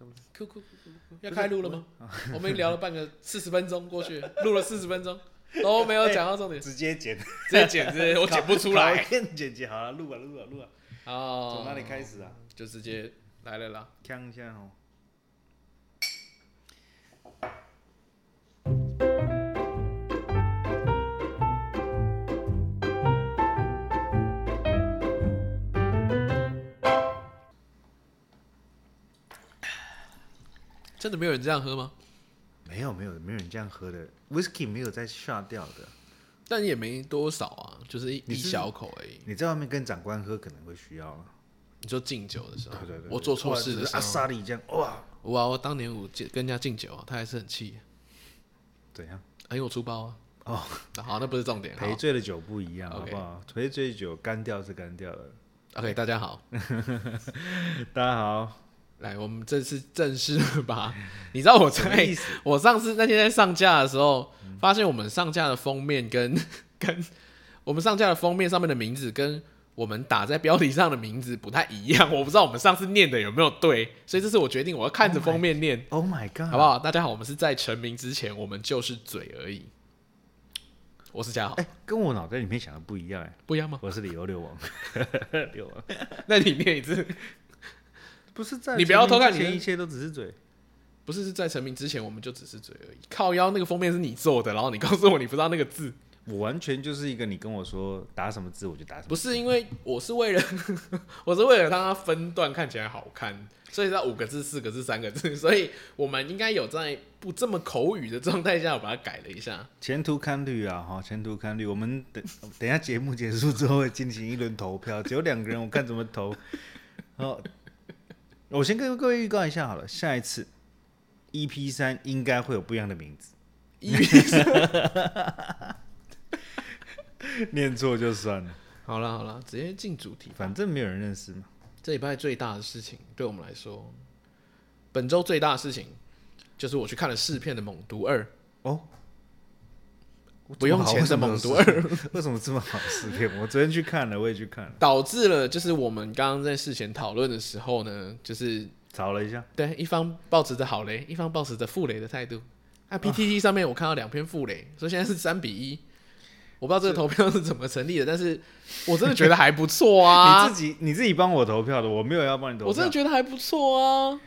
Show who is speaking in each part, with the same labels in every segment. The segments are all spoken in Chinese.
Speaker 1: 酷酷酷酷，要开录了吗？ 我们已经聊了半个四十分钟过去，录了四十分钟，都没有讲到重点，
Speaker 2: 直接剪，
Speaker 1: 直接剪，直 接我剪不出来。
Speaker 2: 片剪辑好了，录啊录啊录啊，
Speaker 1: 哦，
Speaker 2: 从哪里开始啊？
Speaker 1: 就直接来了啦。
Speaker 2: 看一下哦。
Speaker 1: 真的没有人这样喝吗？
Speaker 2: 没有没有没有人这样喝的，whisky 没有再下掉的。
Speaker 1: 但也没多少啊，就是一
Speaker 2: 你
Speaker 1: 一
Speaker 2: 是
Speaker 1: 小口而已。
Speaker 2: 你在外面跟长官喝可能会需要啊了。
Speaker 1: 你说敬酒的时候
Speaker 2: 对对对，，
Speaker 1: 我做错事
Speaker 2: 哇
Speaker 1: 的
Speaker 2: 就是
Speaker 1: 时
Speaker 2: 阿
Speaker 1: 候，啊
Speaker 2: 萨里这样哇，
Speaker 1: 哇！我当年我敬跟人家敬酒啊，他还是很气，
Speaker 2: 怎样？
Speaker 1: 哎，我出包啊。
Speaker 2: 哦，
Speaker 1: 好，那不是重点。好
Speaker 2: 赔醉的酒不一样，好
Speaker 1: OK
Speaker 2: 不好？赔醉的酒干掉是干掉了。
Speaker 1: OK，大家好，
Speaker 2: 大家好，
Speaker 1: 来，我们这次正式了吧？你知道我
Speaker 2: 什么
Speaker 1: 在
Speaker 2: 意思？
Speaker 1: 我上次那天在上架的时候，发现我们上架的封面跟 跟我们上架的封面上面的名字跟我们打在标题上的名字不太一样，我不知道我们上次念的有没有对，所以这次我决定我要看着封面念
Speaker 2: Oh my god！
Speaker 1: 好不好？大家好，我们是在成名之前，我们就是嘴而已。我是嘉豪，
Speaker 2: 哎、跟我脑袋里面想的不一样哎、
Speaker 1: 不一样吗？
Speaker 2: 我是理由 六王，六王
Speaker 1: 那你念一次，
Speaker 2: 不是在
Speaker 1: 你不要偷看
Speaker 2: 前面
Speaker 1: 你
Speaker 2: 之前一切都只是嘴。
Speaker 1: 不是是在成名之前，我们就只是嘴而已。靠腰那个封面是你做的，然后你告诉我你不知道那个字，
Speaker 2: 我完全就是一个你跟我说打什么字我就打什么
Speaker 1: 不是因为我是为了 我是为了让它分段看起来好看，所以它五个字、四个字、三个字，所以我们应该有在不这么口语的状态下，我把它改了一下。
Speaker 2: 前途堪虑啊哈，前途堪虑。我们等等一下节目结束之后会进行一轮投票，只有两个人，我看怎么投。好，我先跟各位预告一下好了，下一次 EP 三应该会有不一样的名字，
Speaker 1: 一比三
Speaker 2: 念错就算了，
Speaker 1: 好了好了，直接进主题。
Speaker 2: 反正没有人认识嘛。
Speaker 1: 这礼拜最大的事情，对我们来说，本周最大的事情就是我去看了试片的《猛毒二》，
Speaker 2: 哦，
Speaker 1: 不用钱的《猛毒二》，
Speaker 2: 为什么这么好吃片？我昨天去看了，我也去看了，
Speaker 1: 导致了就是我们刚刚在事前讨论的时候呢，就是
Speaker 2: 找了一下，
Speaker 1: 对，一方抱持着好雷，一方抱持着负雷的态度。啊，PTT 上面我看到两篇负雷，所以现在是三比一。我不知道这个投票是怎么成立的，但是我真的觉得还不错
Speaker 2: 你
Speaker 1: 啊
Speaker 2: 自，己你自己帮我投票的，我没有要帮你投票。
Speaker 1: 我真的觉得还不错啊。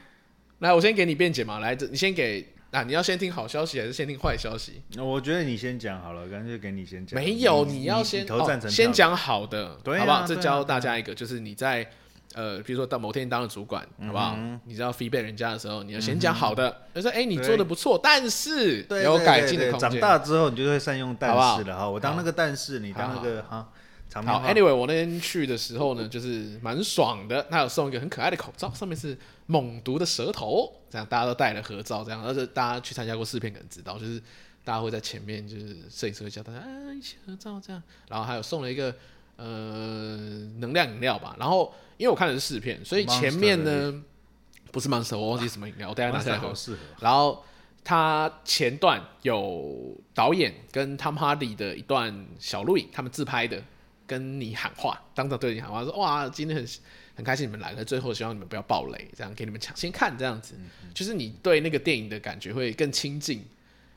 Speaker 1: 来，我先给你辩解嘛，来，这你先给啊，你要先听好消息还是先听坏消息？
Speaker 2: 我觉得你先讲好了，干脆给你先讲。
Speaker 1: 没有，
Speaker 2: 你
Speaker 1: 要先
Speaker 2: 投赞成、
Speaker 1: 哦，先。讲好的，
Speaker 2: 对啊
Speaker 1: 好不好？
Speaker 2: 对
Speaker 1: 这
Speaker 2: 啊
Speaker 1: 教大家一个，就是你在呃，比如说到某天你当了主管，好不好？
Speaker 2: 嗯
Speaker 1: 你知道 feedback 人家的时候，你要先讲好的，就说哎，你
Speaker 2: 对
Speaker 1: 做的不错，但是
Speaker 2: 对
Speaker 1: 有
Speaker 2: 对
Speaker 1: 改
Speaker 2: 对
Speaker 1: 进的
Speaker 2: 对
Speaker 1: 空
Speaker 2: 长
Speaker 1: 间。
Speaker 2: 大之后你就会善用但
Speaker 1: 好不好
Speaker 2: 是了哈。我当那个但是，你当那个哈场面
Speaker 1: 好
Speaker 2: 话。
Speaker 1: ，Anyway，我那天去的时候呢，就是蛮爽的。他有送一个很可爱的口罩，上面是猛毒的舌头，这样大家都带了合照，这样。而且大家去参加过试片，可能知道，就是大家会在前面，就是摄影师会叫大家啊一起合照这样。然后还有送了一个呃能量饮料吧。然后因为我看的是试片，所以前面呢不是 Monster，我忘记什么饮料，我等一下拿下来喝
Speaker 2: 好。适合。
Speaker 1: 然后他前段有导演跟汤哈迪的一段小录影，他们自拍的，跟你喊话，当场对你喊话说：“哇，今天很很开心你们来了，最后希望你们不要爆雷，这样给你们抢先看，这样子，就是你对那个电影的感觉会更亲近。”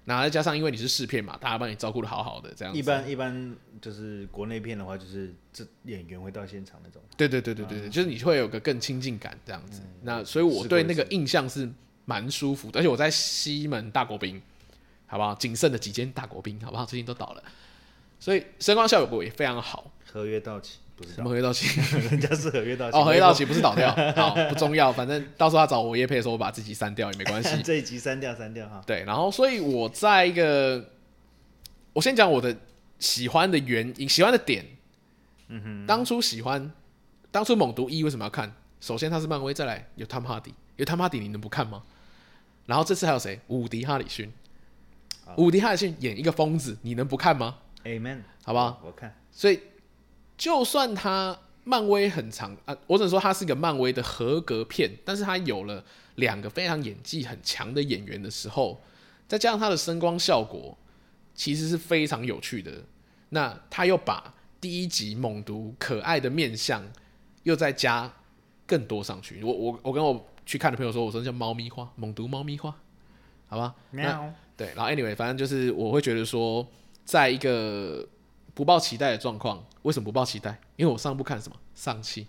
Speaker 1: 然后再加上因为你是试片嘛，大家帮你照顾的好好的，这样子
Speaker 2: 一般一般就是国内片的话，就是这演员会到现场那种。
Speaker 1: 对对对对对对，就是你会有个更亲近感这样子。那所以我对那个印象嗯是蛮舒服的，而且我在西门大国宾，好不好？仅剩的几间大国宾，好不好？最近都倒了，所以声光效果也非常好。
Speaker 2: 合约到期不知
Speaker 1: 什
Speaker 2: 道，
Speaker 1: 么合约到 期？
Speaker 2: 人家是合约到期。
Speaker 1: 哦，合约到
Speaker 2: 期。
Speaker 1: 期不是倒掉，好不重要，反正到时候他找我叶配的时候，我把自己删掉也没关系。
Speaker 2: 这一集删掉删掉哈。
Speaker 1: 对，然后所以我在一个，我先讲我的喜欢的原因，喜欢的点。嗯哼，当初喜欢，当初猛毒一为什么要看？首先他是漫威，再来有汤哈迪，有汤哈迪你能不看吗？然后这次还有谁？伍迪哈里逊，伍迪哈里逊演一个疯子，你能不看吗？
Speaker 2: Amen，
Speaker 1: 好不好？
Speaker 2: 我看
Speaker 1: 所以就算他漫威很长啊，我只能说他是一个漫威的合格片，但是他有了两个非常演技很强的演员的时候，再加上他的声光效果，其实是非常有趣的。那他又把第一集猛毒可爱的面相又再加更多上去。我我我跟我去看的朋友说，我说那叫猫咪花，猛毒猫咪花，好吧？
Speaker 2: 喵，
Speaker 1: 对，然后 anyway，反正就是我会觉得说，在一个不抱期待的状况，为什么不抱期待？因为我上一部看了什么？上汽，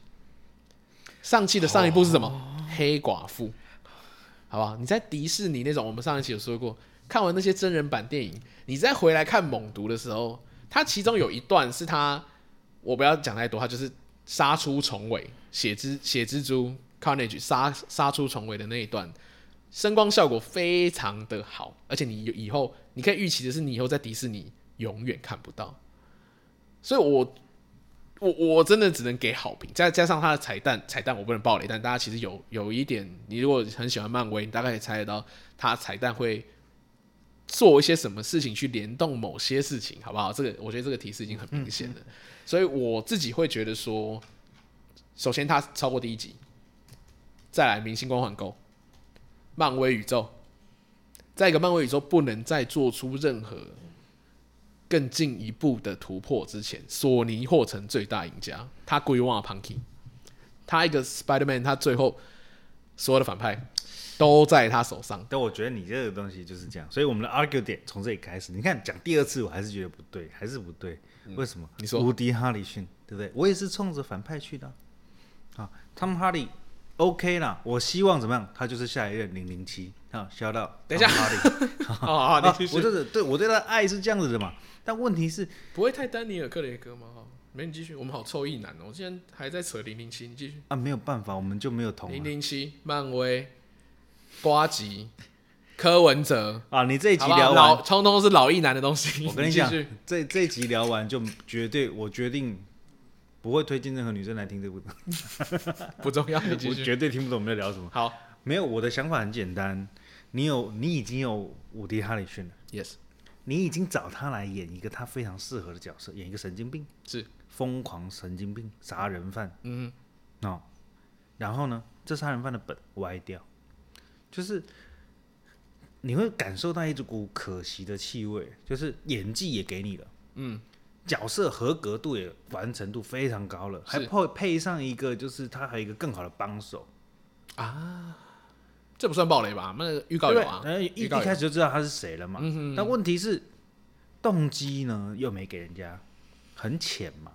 Speaker 1: 上汽的上一部是什么？黑寡妇，好不好？你在迪士尼那种，我们上一期有说过，看完那些真人版电影，你再回来看《猛毒》的时候，它其中有一段是他，我不要讲太多，他就是杀出重围，血蜘血蜘蛛 Carnage 杀杀出重围的那一段，声光效果非常的好，而且你以后你可以预期的是，你以后在迪士尼永远看不到。所以我，我我真的只能给好评，再加上它的彩蛋，彩蛋我不能爆雷，但大家其实有有一点，你如果很喜欢漫威，你大概也猜得到它彩蛋会做一些什么事情去联动某些事情，好不好？这个我觉得这个提示已经很明显了，所以我自己会觉得说，首先它超过第一集，再来《明星光环购》，漫威宇宙，在一个漫威宇宙不能再做出任何更进一步的突破之前，索尼或成最大赢家。他规划 Punky，他一个 Spider-Man，他最后所有的反派都在他手 上。
Speaker 2: 但我觉得你这个东西就是这样，所以我们的 argue 点从这里开始。你看讲第二次，我还是觉得不对，还是不对。为什么？
Speaker 1: 嗯你说
Speaker 2: 无敌哈里逊，对不对？我也是冲着反派去的啊啊。汤姆哈利 OK 啦，我希望怎么样？他就是下一任零零七啊，笑到
Speaker 1: 等一下
Speaker 2: 哈利。
Speaker 1: 啊，
Speaker 2: 啊
Speaker 1: 你继续
Speaker 2: 我就是对我对他的爱是这样子的嘛。但问题是，
Speaker 1: 不会太丹尼尔·克雷格吗？哦没，你继续。我们好臭意男哦，我竟然还在扯零零七，你继续。
Speaker 2: 啊，没有办法，我们就没有同
Speaker 1: 零
Speaker 2: 啊
Speaker 1: 零七，漫威，瓜吉，柯文哲，
Speaker 2: 啊。你这一集
Speaker 1: 好不好
Speaker 2: 聊完，
Speaker 1: 老，通通是老意男的东西。
Speaker 2: 我跟你
Speaker 1: 继
Speaker 2: 讲
Speaker 1: 续，
Speaker 2: 这这一集聊完就绝对，我决定不会推荐任何女生来听这部，
Speaker 1: 不重要，你
Speaker 2: 我
Speaker 1: 继续。
Speaker 2: 绝对听不懂我们在聊什么。
Speaker 1: 好
Speaker 2: 没有，我的想法很简单，你有你已经有伍迪·哈里逊了，
Speaker 1: ，yes，
Speaker 2: 你已经找他来演一个他非常适合的角色，演一个神经病，
Speaker 1: 是，
Speaker 2: 疯狂神经病，杀人犯。
Speaker 1: 嗯，
Speaker 2: 哦，然后呢，这杀人犯的本歪掉，就是你会感受到一股可惜的气味，就是演技也给你了，
Speaker 1: 嗯，
Speaker 2: 角色合格度也完成度非常高了，还
Speaker 1: 是
Speaker 2: 配配上一个就是他还有一个更好的帮手，
Speaker 1: 这不算暴雷吧？那个预告
Speaker 2: 对
Speaker 1: 有
Speaker 2: 不
Speaker 1: 啊，
Speaker 2: 对呃一
Speaker 1: 预
Speaker 2: 一
Speaker 1: 告有嗯
Speaker 2: 开始就知道他是谁了嘛，但问题是动机呢又没给人家，很浅嘛，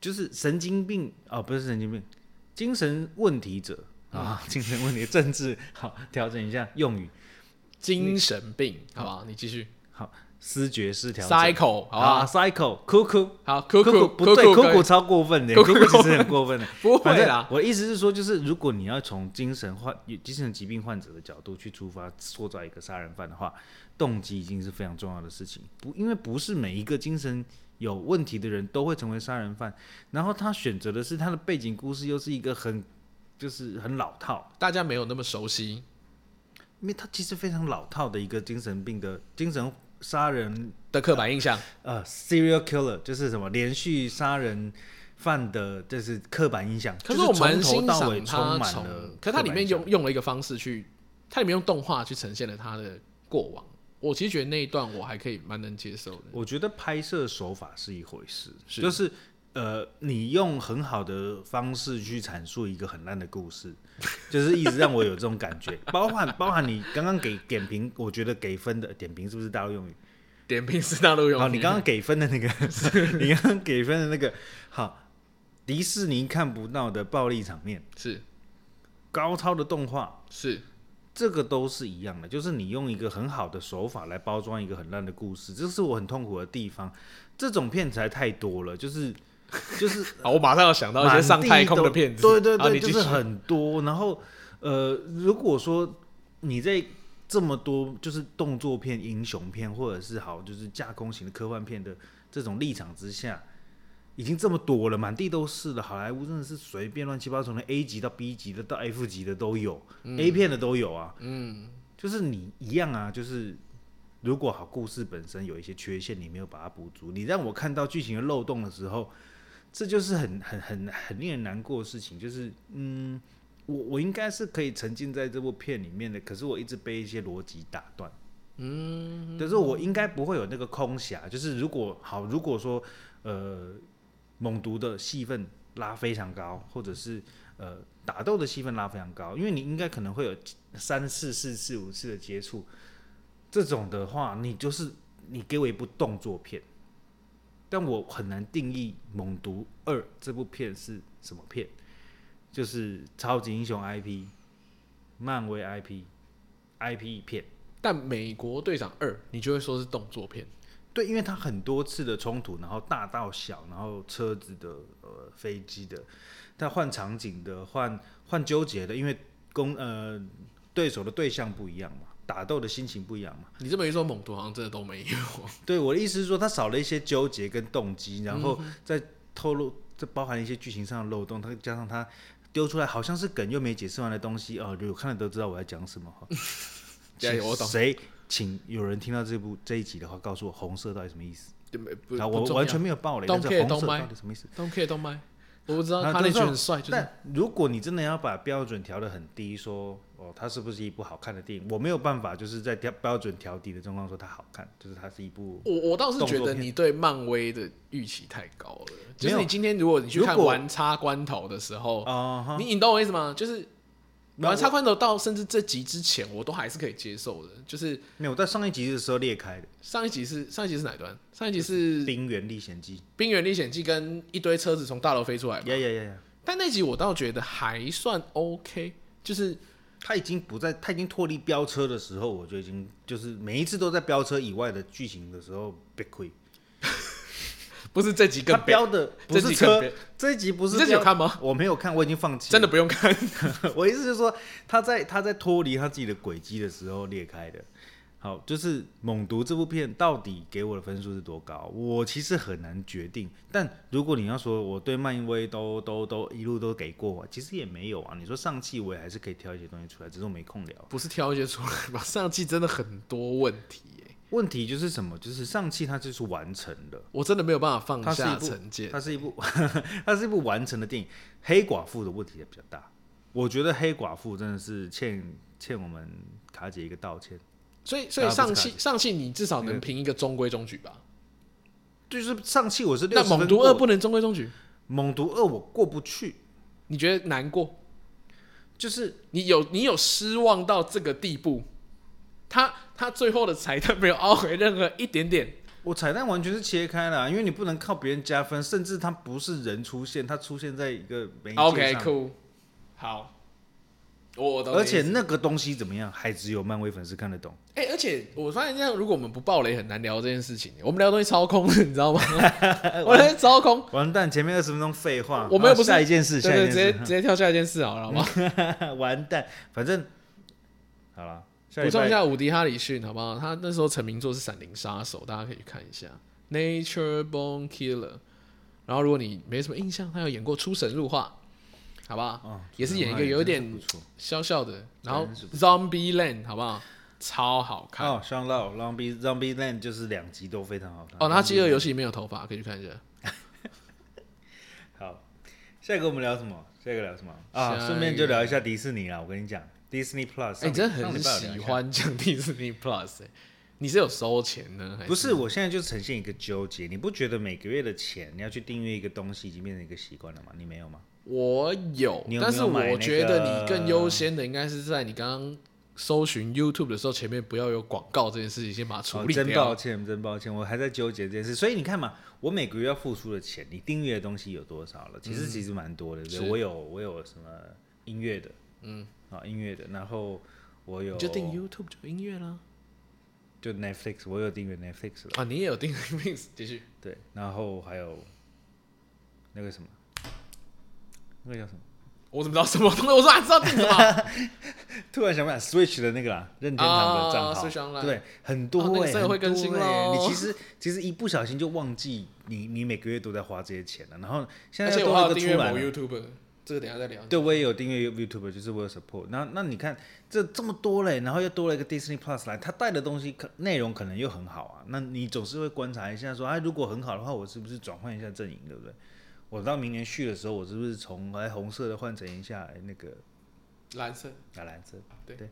Speaker 2: 就是神经病哦，不是神经病，精神问题者啊， 精神问题政治好调整一下用语，
Speaker 1: 精神病，好不好？你继续
Speaker 2: 好思觉失调症
Speaker 1: ，cycle，好不好？
Speaker 2: 啊，cycle 哭哭。
Speaker 1: 好，酷酷
Speaker 2: 不对，
Speaker 1: 酷
Speaker 2: 酷酷超过 分的，酷
Speaker 1: 酷酷
Speaker 2: 酷其实很过分的，
Speaker 1: 不会
Speaker 2: 反正
Speaker 1: 啦，
Speaker 2: 我的意思是说，就是如果你要从精神患、精神疾病患者的角度去出发，塑造一个杀人犯的话，动机已经是非常重要的事情。不，因为不是每一个精神有问题的人都会成为杀人犯。然后他选择的是他的背景故事，又是一个很就是很老套，
Speaker 1: 大家没有那么熟悉，
Speaker 2: 因为他其实非常老套的一个精神病的精神杀人
Speaker 1: 的刻板印象，
Speaker 2: 呃 serial killer 就是什么连续杀人犯的，就是刻板印象。
Speaker 1: 可
Speaker 2: 就是
Speaker 1: 我
Speaker 2: 从
Speaker 1: 蛮
Speaker 2: 头
Speaker 1: 欣
Speaker 2: 到
Speaker 1: 赏
Speaker 2: 尾充
Speaker 1: 他
Speaker 2: 满
Speaker 1: 从
Speaker 2: 了，
Speaker 1: 可它里面
Speaker 2: 有
Speaker 1: 用用了一个方式去，它里面用动画去呈现了他的过往。我其实觉得那一段我还可以蛮能接受的，
Speaker 2: 我觉得拍摄手法是一回事，
Speaker 1: 是
Speaker 2: 就是呃，你用很好的方式去阐述一个很烂的故事， 就是一直让我有这种感觉。 包含包含你刚刚给点评，我觉得给分的点评是不是大陆用语？
Speaker 1: 点评是大陆用
Speaker 2: 好，
Speaker 1: 语。
Speaker 2: 啊你刚刚给分的 那个，你刚刚给分的那个，好，迪士尼看不到的暴力场面，
Speaker 1: 是
Speaker 2: 高超的动画。
Speaker 1: 是
Speaker 2: 这个都是一样的，就是你用一个很好的手法来包装一个很烂的故事，这是我很痛苦的地方。这种片材太多了，就是就是
Speaker 1: 好，我马上要想到一些上太空的片子，
Speaker 2: 对对
Speaker 1: 好
Speaker 2: 对，
Speaker 1: 你
Speaker 2: 就
Speaker 1: 继
Speaker 2: 是
Speaker 1: 续。
Speaker 2: 很多。然后呃，如果说你在这么多就是动作片、英雄片，或者是好就是架空型的科幻片的这种立场之下，已经这么多了，满地都是了。好莱坞真的是随便乱七八糟，从 A 级到 B 级的到 F 级的都有、a 片的都有啊。嗯，就是你一样啊，就是。如果好故事本身有一些缺陷，你没有把它补足，你让我看到剧情的漏洞的时候，这就是很很很很令人难过的事情。就是嗯，我我应该是可以沉浸在这部片里面的，可是我一直被一些逻辑打断。嗯，就是我应该不会有那个空暇。就是如果好，如果说呃，猛毒的戏份拉非常高，或者是呃打斗的戏份拉非常高，因为你应该可能会有三四四四五次的接触，这种的话，你就是你给我一部动作片，但我很难定义《猛毒二》这部片是什么片，就是超级英雄 IP、漫威 IP、IP 片。
Speaker 1: 但《美国队长二》你就会说是动作片，
Speaker 2: 对，因为它很多次的冲突，然后大到小，然后车子的、呃飞机的，但换场景的、换换纠结的，因为攻呃对手的对象不一样嘛，打斗的心情不一样嘛。
Speaker 1: 你这么一说，猛毒好像真的都没 有。
Speaker 2: 对我的意思是说，它少了一些纠结跟动机，然
Speaker 1: 嗯
Speaker 2: 后再透露，这包含一些剧情上的漏洞，它加上它丢出来好像是梗又没解释完的东西，哦，有看了都知道我在讲什 么哈。
Speaker 1: 加油
Speaker 2: 请
Speaker 1: 我懂
Speaker 2: 谁？请有人听到这部这一集的话，告诉我红色到底什么意思？
Speaker 1: 对没不
Speaker 2: 啊，我
Speaker 1: 不重要
Speaker 2: 完全没有暴雷，
Speaker 1: Don't
Speaker 2: 但是
Speaker 1: care，
Speaker 2: 红
Speaker 1: don't
Speaker 2: 色
Speaker 1: mind
Speaker 2: 到底什么意思？
Speaker 1: Don't care, don't mind。我不知道
Speaker 2: 啊
Speaker 1: 他那
Speaker 2: 都知
Speaker 1: 句
Speaker 2: 道
Speaker 1: 很帅，就是
Speaker 2: 但如果你真的要把标准调得很低，说哦，它是不是一部好看的电影？我没有办法，就是在调标准调低的状况说它好看，就是它是一部
Speaker 1: 我我倒是觉
Speaker 2: 动
Speaker 1: 得
Speaker 2: 作片
Speaker 1: 你对漫威的预期太高了。就是
Speaker 2: 没有
Speaker 1: 你今天如果你去看
Speaker 2: 如果
Speaker 1: 玩差关头的时候，
Speaker 2: 啊哈，
Speaker 1: 你你懂我意思吗？就是
Speaker 2: 那我
Speaker 1: 玩差关头到甚至这集之前，我都还是可以接受的。就是
Speaker 2: 没有，我在上一集的时候裂开的
Speaker 1: 上一集是上一集是哪一段？上一集是
Speaker 2: 《
Speaker 1: 《
Speaker 2: 冰原历险记
Speaker 1: 冰原历险记》跟一堆车子从大楼飞出来》，嘛
Speaker 2: 呀呀呀呀，
Speaker 1: 但那集我倒觉得还算 OK，就是
Speaker 2: 他已经不在，他已经脱离飙车的时候，我就已经就是每一次都在飙车以外的剧情的时候被亏。
Speaker 1: 不是这集
Speaker 2: 他
Speaker 1: 更悲，
Speaker 2: 飙的不
Speaker 1: 这
Speaker 2: 是
Speaker 1: 集更
Speaker 2: 车
Speaker 1: 悲，
Speaker 2: 这一集不是
Speaker 1: 你这集有
Speaker 2: 飙
Speaker 1: 看吗？
Speaker 2: 我没有看，我已经放弃了。
Speaker 1: 真的不用看。
Speaker 2: 我意思就是说，他在他在脱离他自己的轨迹的时候裂开的。好，就是《猛毒》这部片到底给我的分数是多高？我其实很难决定。但如果你要说我对漫威都都都一路都给过，其实也没有啊。你说上汽，我也还是可以挑一些东西出来，只是我没空聊。
Speaker 1: 不是挑一些出来吧？上季真的很多问题耶、
Speaker 2: 问题就是什么？就是上汽它就是完成了，
Speaker 1: 我真的没有办法放
Speaker 2: 它是一
Speaker 1: 下
Speaker 2: 部
Speaker 1: 成见。
Speaker 2: 它是一部 它是一部完成的电影。黑寡妇的问题也比较大，我觉得黑寡妇真的是欠欠我们卡姐一个道歉。
Speaker 1: 所以，所以
Speaker 2: 大家不
Speaker 1: 上
Speaker 2: 是
Speaker 1: 汽上汽你至少能评一个中规中矩吧？
Speaker 2: 就是上汽我是六
Speaker 1: 那
Speaker 2: 十分
Speaker 1: 猛毒二
Speaker 2: 过，
Speaker 1: 不能中规中矩，
Speaker 2: 猛毒二我过不去，
Speaker 1: 你觉得难过？
Speaker 2: 就是
Speaker 1: 你有你有失望到这个地步？他他最后的彩蛋没有凹回任何一点点，
Speaker 2: 我彩蛋完全是切开了啊、因为你不能靠别人加分，甚至它不是人出现，它出现在一个媒介上
Speaker 1: OK，cool，好，我我懂你
Speaker 2: 而且
Speaker 1: 意思
Speaker 2: 那个东西怎么样，还只有漫威粉丝看得懂。
Speaker 1: 哎、而且我发现这样，如果我们不爆雷，很难聊这件事情。我们聊东西超空的，你知道 吗？我在超空，
Speaker 2: 完蛋，前面二十分钟废话，
Speaker 1: 我们又不是
Speaker 2: 啊下一件
Speaker 1: 对
Speaker 2: 事，下
Speaker 1: 对，
Speaker 2: 一
Speaker 1: 直
Speaker 2: 件
Speaker 1: 接
Speaker 2: 事嗯
Speaker 1: 直接跳下一件事好了，好不好？
Speaker 2: 哈， 完蛋，反正好了，下
Speaker 1: 补
Speaker 2: 礼
Speaker 1: 充一
Speaker 2: 拜
Speaker 1: 下伍迪·哈里逊，好不好？他那时候成名作是《闪灵杀手》，大家可以去看一下《Nature Born Killer》。然后，如果你没什么印象，他有演过《出神入化》，好不好？
Speaker 2: 哦
Speaker 1: 也是演一个
Speaker 2: 真的
Speaker 1: 有点
Speaker 2: 不错。
Speaker 1: 笑笑的。然后
Speaker 2: 真是
Speaker 1: 《Zombie Land》，好不好？超好看。
Speaker 2: 哦，上到 Zombie Zombie Land 就是两集都非常好看。
Speaker 1: 哦，那《饥饿游戏》里面有头发，可以去看一下。
Speaker 2: 好，下一个我们聊什么？下一个聊什么
Speaker 1: 下一
Speaker 2: 啊？
Speaker 1: 个
Speaker 2: 顺便就聊一下迪士尼啦。我跟你讲，Disney Plus，
Speaker 1: 哎、你真的
Speaker 2: 上
Speaker 1: 很
Speaker 2: 礼拜有聊
Speaker 1: 喜
Speaker 2: 一下。
Speaker 1: 欢讲 Disney Plus，、哎，你是有收钱呢？还
Speaker 2: 不是，我现在就呈现一个纠结。你不觉得每个月的钱你要去订阅一个东西，已经变成一个习惯了吗？你没有吗？
Speaker 1: 我有，
Speaker 2: 你有
Speaker 1: 但
Speaker 2: 没
Speaker 1: 是
Speaker 2: 有买
Speaker 1: 我
Speaker 2: 那
Speaker 1: 觉得你
Speaker 2: 个
Speaker 1: 更优先的应该是在你刚刚搜寻 YouTube 的时候，前面不要有广告这件事情，先把它处
Speaker 2: 哦
Speaker 1: 理
Speaker 2: 真
Speaker 1: 掉。
Speaker 2: 抱歉，真抱歉，我还在纠结这件事。所以你看嘛，我每个月要付出的钱，你订阅的东西有多少了？其实其实蛮多的，对
Speaker 1: 嗯
Speaker 2: 不
Speaker 1: 是
Speaker 2: 对？我有我有什么音乐的，嗯，啊、音乐的，然后我有
Speaker 1: 你就订 YouTube 就有音乐啦。
Speaker 2: 就 Netflix，我有订阅 Netflix 了，
Speaker 1: 啊，你也有订 Mix，继续。
Speaker 2: 对，然后还有那个什么，那个叫什么？
Speaker 1: 我怎么知道什么东西？我说还知道订什么？
Speaker 2: 突然想不起来 Switch 的那个啦，任天堂的账号，
Speaker 1: 啊，Switch Online
Speaker 2: 对，很多、欸
Speaker 1: 哦那个真的会
Speaker 2: 很多
Speaker 1: 更新
Speaker 2: 欸
Speaker 1: 咯
Speaker 2: 你其实其实一不小心就忘记你你每个月都在花这些钱了，然后 现
Speaker 1: 而
Speaker 2: 在
Speaker 1: 且
Speaker 2: 又
Speaker 1: 我
Speaker 2: 多
Speaker 1: 还有
Speaker 2: 了一个
Speaker 1: 订
Speaker 2: 出
Speaker 1: 阅
Speaker 2: 来
Speaker 1: 某
Speaker 2: 了。
Speaker 1: YouTuber，这个等一下再聊。
Speaker 2: 对，我也有订阅 YouTube，就是我有 support 那。那你看，这这么多嘞，然后又多了一个 Disney Plus 来，它带的东西可内容可能又很好啊。那你总是会观察一下说，哎，如果很好的话，我是不是转换一下阵营，对不对？我到明年续的时候，我是不是从哎红色的换成一下哎那个
Speaker 1: 蓝色。
Speaker 2: 啊蓝色？
Speaker 1: 对
Speaker 2: 对，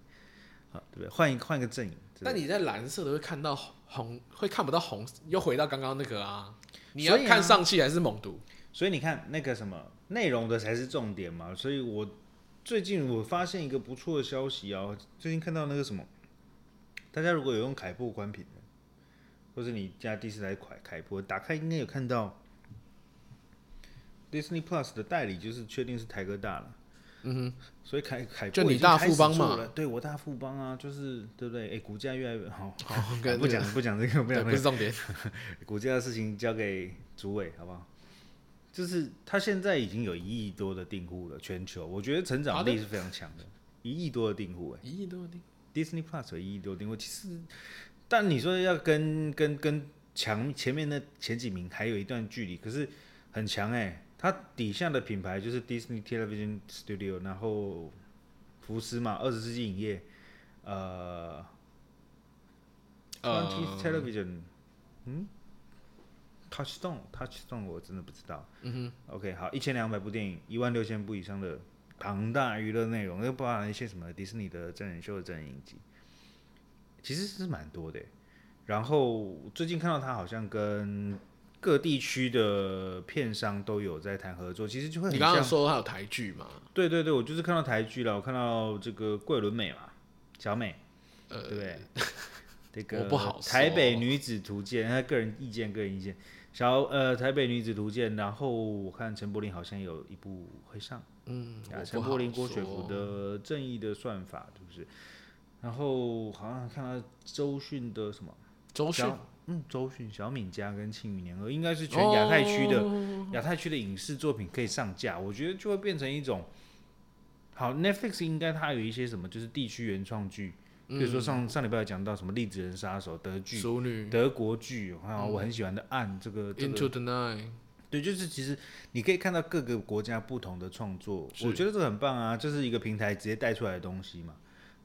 Speaker 2: 好对不对？换一换一个阵营。
Speaker 1: 那你在蓝色的会看到红，会看不到红，又回到刚刚那个啊。你要
Speaker 2: 所以啊
Speaker 1: 看上气还是猛毒？
Speaker 2: 所以你看那个什么内容的才是重点嘛。所以我最近我发现一个不错的消息啊，最近看到那个什么，大家如果有用凯擘关品的，或是你家第四台凯凯擘，打开应该有看到 Disney Plus 的代理就是确定是台哥大了。嗯哼，所以凯凯擘
Speaker 1: 就
Speaker 2: 已
Speaker 1: 你
Speaker 2: 经
Speaker 1: 大
Speaker 2: 开始
Speaker 1: 富邦
Speaker 2: 做
Speaker 1: 嘛
Speaker 2: 了，对我大富邦啊，就是对不对？哎、股价越来越 好，
Speaker 1: 好
Speaker 2: 啊
Speaker 1: 跟
Speaker 2: 不
Speaker 1: 这
Speaker 2: 讲不讲这个，不
Speaker 1: 哦对，
Speaker 2: 讲
Speaker 1: 不
Speaker 2: 这个
Speaker 1: 是重点。
Speaker 2: 股价的事情交给主委好不好？就是他现在已经有一亿多的订户了，全球，我觉得成长力是非常强的，一亿多的订户、欸，
Speaker 1: 一亿多的
Speaker 2: Disney Plus 有一亿多订户，其实，但你说要跟跟跟强前面那前几名还有一段距离，可是很强哎、它底下的品牌就是 Disney Television Studio，然后福斯嘛，二十世纪影业，呃
Speaker 1: 呃
Speaker 2: ，Twenty Television，嗯，Touchstone Touchstone 我真的不知道，嗯哼，OK 好，一千两百部电影，一万六千部以上的庞大娱乐内容，又包含一些什么迪士尼的真人秀、真人影集，其实是蛮多的欸。然后最近看到他好像跟各地区的片商都有在谈合作，其实就会
Speaker 1: 你
Speaker 2: 很
Speaker 1: 刚
Speaker 2: 像
Speaker 1: 刚说还有台剧嘛？
Speaker 2: 对对对，我就是看到台剧了，我看到这个桂纶镁嘛，小美，
Speaker 1: 呃
Speaker 2: 对不对？这个
Speaker 1: 我不好说
Speaker 2: 台北女子图鉴，她个人意见，个人意见。小呃，台北女子图鉴，然后我看陈柏霖好像有一部会上，
Speaker 1: 嗯，
Speaker 2: 啊，
Speaker 1: 我
Speaker 2: 陈
Speaker 1: 不
Speaker 2: 柏
Speaker 1: 好
Speaker 2: 霖、郭雪
Speaker 1: 说
Speaker 2: 芙的《正义的算法》，是不是？然后好像看到周迅的什么
Speaker 1: 周迅
Speaker 2: 小嗯，周迅、小敏家跟庆余年二，应该是全亚太区的亚、太区的影视作品可以上架，我觉得就会变成一种好 Netflix 应该它有一些什么就是地区原创剧，
Speaker 1: 嗯
Speaker 2: 比如说上上礼拜有讲到什么《栗子人杀手》德剧、
Speaker 1: 熟女
Speaker 2: 德国剧，啊，我很喜欢的《暗》这个这个
Speaker 1: Into the Night，
Speaker 2: 对，就是其实你可以看到各个国家不同的创作，
Speaker 1: 是
Speaker 2: 我觉得这个很棒啊，就是一个平台直接带出来的东西嘛。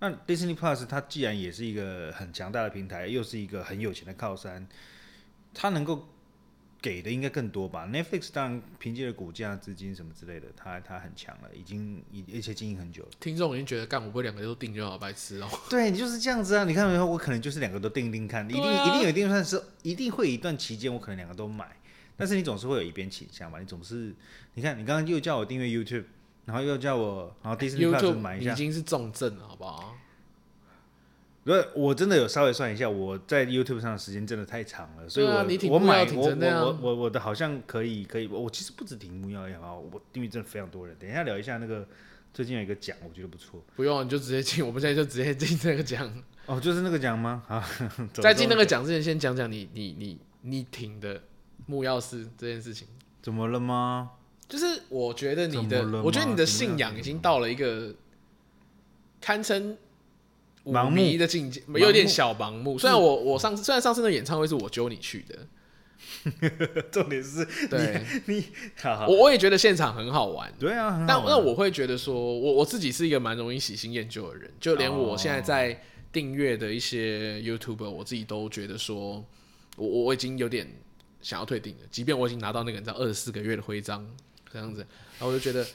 Speaker 2: 那 Disney Plus 它既然也是一个很强大的平台，又是一个很有钱的靠山，它能够给的应该更多吧？Netflix 当然凭借着股价、资金什么之类的，它它很强了，已经已而且经营很久了。
Speaker 1: 听众已经觉得干，我不会两个都订就好，白痴哦、
Speaker 2: 对，你就是这样子啊！你看没有？我可能就是两个都定定看，一定、
Speaker 1: 对啊
Speaker 2: 一定有一定算是，哦一定会有一段期间，我可能两个都买，但是你总是会有一边倾向嘛，你总是，你看你刚刚又叫我订阅 YouTube，然后又叫我，然后 Disney Plus 买
Speaker 1: YouTube 已
Speaker 2: 一下，
Speaker 1: 经是重症了，好不好？
Speaker 2: 不是，我真的有稍微算一下，我在 YouTube 上的时间真的太长了，所以
Speaker 1: 对
Speaker 2: 我、
Speaker 1: 啊你挺
Speaker 2: 我
Speaker 1: 不要
Speaker 2: 买
Speaker 1: 挺
Speaker 2: 我
Speaker 1: 成那样
Speaker 2: 我我我我的好像可以可以，我我其实不止挺木曜夜啊，我订阅真的非常多人。等一下聊一下那个最近有一个奖，我觉得不错
Speaker 1: 不用，你就直接进，我们现在就直接进这个奖。
Speaker 2: 哦，就是那个奖吗？啊， 怎么
Speaker 1: 在进那
Speaker 2: 说
Speaker 1: 个奖之前，先讲讲你你你你挺的木曜师这件事情。
Speaker 2: 怎么了吗？
Speaker 1: 就是我觉得你的
Speaker 2: 怎么了，吗
Speaker 1: 我觉得你的
Speaker 2: 怎么样
Speaker 1: 信仰已经到了一个堪称舞
Speaker 2: 盲目
Speaker 1: 迷的境界，有点小盲目。虽然我我上次虽然上次那个演唱会是我揪你去的，
Speaker 2: 重点是
Speaker 1: 对
Speaker 2: 你你好好
Speaker 1: 我我也觉得现场很好玩，
Speaker 2: 对啊，很
Speaker 1: 但
Speaker 2: 好玩
Speaker 1: 那我会觉得说，我我自己是一个蛮容易喜新厌旧的人，就连我现
Speaker 2: 哦
Speaker 1: 在在订阅的一些 YouTuber，我自己都觉得说，我我我已经有点想要退订了，即便我已经拿到那个你知道二十四个月的徽章这样子，然后我就觉得，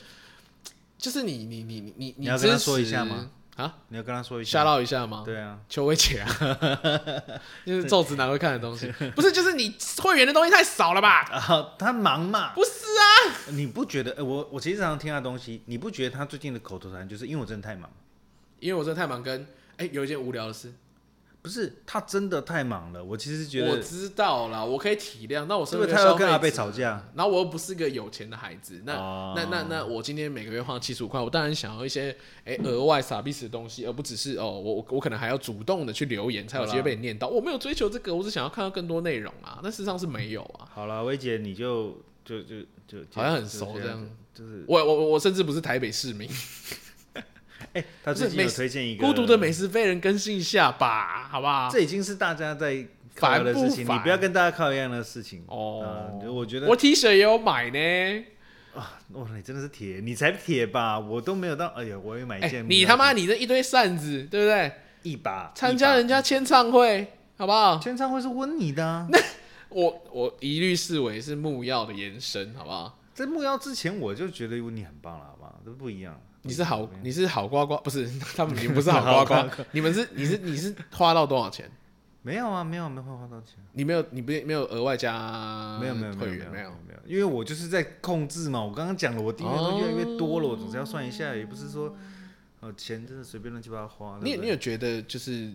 Speaker 1: 就是你你你你你
Speaker 2: 你要
Speaker 1: 支
Speaker 2: 跟他
Speaker 1: 持
Speaker 2: 说一下吗？
Speaker 1: 啊，
Speaker 2: 你要跟他说一
Speaker 1: 吓
Speaker 2: 下，
Speaker 1: 到一下吗？
Speaker 2: 对啊，
Speaker 1: 邱薇 姐啊，就是皱直男会看的东西，不是就是你会员的东西太少了吧？
Speaker 2: 然后啊他忙嘛，
Speaker 1: 不是啊，
Speaker 2: 你不觉得？呃我我其实常常听他的东西，你不觉得他最近的口头禅就是因为我真的太忙，
Speaker 1: 因为我真的太忙跟，哎有一件无聊的事。
Speaker 2: 不是他真的太忙了，我其实觉
Speaker 1: 我
Speaker 2: 得
Speaker 1: 知道啦，我可以体谅。那我
Speaker 2: 是
Speaker 1: 身
Speaker 2: 不
Speaker 1: 为
Speaker 2: 是他要
Speaker 1: 消费
Speaker 2: 跟阿贝
Speaker 1: 者
Speaker 2: 吵架？
Speaker 1: 然后我又不是个有钱的孩子，那、
Speaker 2: 哦
Speaker 1: 那那那我今天每个月花七十五块，我当然想要一些哎额外傻逼死的东西，而不只是哦我我我可能还要主动的去留言才有机会被你
Speaker 2: 嗯
Speaker 1: 念到。我没有追求这个，我只想要看到更多内容啊，但事实上是没有啊。
Speaker 2: 好了，薇姐你就就就就
Speaker 1: 好像很熟
Speaker 2: 就
Speaker 1: 这样，
Speaker 2: 就是
Speaker 1: 我我我甚至不是台北市民，
Speaker 2: 哎，他最近
Speaker 1: 不是
Speaker 2: 有
Speaker 1: 美食
Speaker 2: 推荐一个
Speaker 1: 孤独的美食被人更新一下吧，好不好？
Speaker 2: 这已经是大家在靠腰的
Speaker 1: 烦不
Speaker 2: 事情，你
Speaker 1: 烦
Speaker 2: 不要跟大家靠一样的事情
Speaker 1: 哦
Speaker 2: 啊我觉得
Speaker 1: 我 T 恤也有买呢。
Speaker 2: 啊哇，你真的是铁，你才铁吧？我都没有到，哎呀，我也买一
Speaker 1: 哎、
Speaker 2: 件、
Speaker 1: 你他妈你那一堆扇子，对不对？
Speaker 2: 一把
Speaker 1: 参加人家签唱会，好不好？
Speaker 2: 签唱会是温你的、啊。那
Speaker 1: 我我一律视为是木曜的延伸，好不好？
Speaker 2: 在木曜之前我就觉得温你很棒了，好吧？这不一样。
Speaker 1: 你是好，你 是好呱呱，不是他们，你不是好呱
Speaker 2: 嗯 好
Speaker 1: 呱，你们是你是你是花到多少钱？
Speaker 2: 没有啊，没有没有花到钱，
Speaker 1: 你没有，你不没有额外加
Speaker 2: 没有没有没有
Speaker 1: 嗯会
Speaker 2: 没有啊
Speaker 1: 员
Speaker 2: 没
Speaker 1: 没
Speaker 2: 有，没有，因为我就是在控制嘛。我刚刚讲了，我订阅都越来越多了，我总是要算一下，也不是说呃钱真的随便乱七八糟花。
Speaker 1: 你
Speaker 2: 对不
Speaker 1: 你
Speaker 2: 对
Speaker 1: 有觉得就是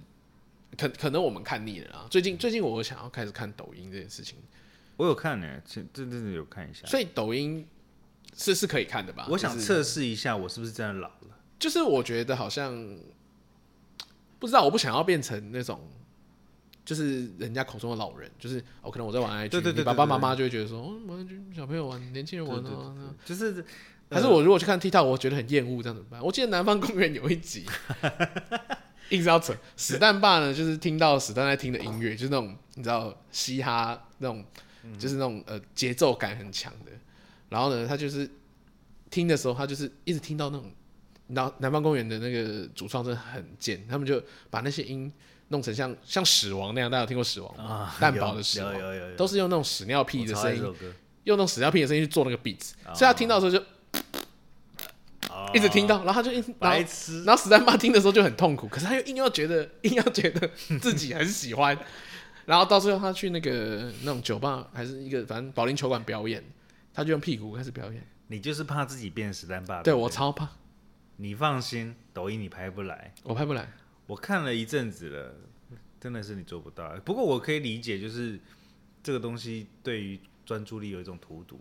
Speaker 1: 可可能我们看腻了啊？最近最近我想要开始看抖音这件事情，
Speaker 2: 我有看呢、这这真的有看一下。
Speaker 1: 所以抖音是是可以看的吧？
Speaker 2: 我想
Speaker 1: 啊就是
Speaker 2: 测试一下，我是不是真的老了？
Speaker 1: 就是我觉得好像不知道，我不想要变成那种就是人家口中的老人，就是哦，可能我在玩 IG，
Speaker 2: 对对对
Speaker 1: 你爸
Speaker 2: 对
Speaker 1: 爸
Speaker 2: 对
Speaker 1: 妈妈就会觉得说，哦，玩 IG 小朋友玩，年轻人玩
Speaker 2: 对对
Speaker 1: 啊。那
Speaker 2: 就是
Speaker 1: 还是
Speaker 2: 嗯
Speaker 1: 我如果去看 TikTok，我觉得很厌恶，这样怎么办？我记得《南方公园》有一 集，硬是要扯史蛋爸呢，就是听到史蛋在听的音乐，就是那种你知道嘻哈那种，
Speaker 2: 嗯
Speaker 1: 就是那种呃节奏感很强的。然后呢，他就是听的时候，他就是一直听到那种，然后南方公园的那个主创真的很贱，他们就把那些音弄成像像屎王那样，大家有听过屎王吗？
Speaker 2: 啊，
Speaker 1: 蛋堡
Speaker 2: 有
Speaker 1: 的时
Speaker 2: 有
Speaker 1: 候
Speaker 2: 有有有
Speaker 1: 都是用那种屎尿屁的声音，
Speaker 2: 我超爱这首歌
Speaker 1: 用那种屎尿屁的声音去做那个 beat，、s
Speaker 2: 哦
Speaker 1: 所以他听到的时候就
Speaker 2: 啊
Speaker 1: 一直听到，然后他就一直然后
Speaker 2: 白痴，
Speaker 1: 然后史丹巴听的时候就很痛苦，可是他又硬要觉得硬要觉得自己很喜欢， 然后到最后他去那个那种酒吧还是一个反正保龄球馆表演，他就用屁股开始表演，
Speaker 2: 你就是怕自己变史丹爸。
Speaker 1: 对
Speaker 2: 不
Speaker 1: 我，超怕，
Speaker 2: 你放心，抖音你拍不来。
Speaker 1: 我拍不来，
Speaker 2: 我看了一阵子了，真的是你做不到。不过我可以理解，就是这个东西对于专注力有一种荼毒。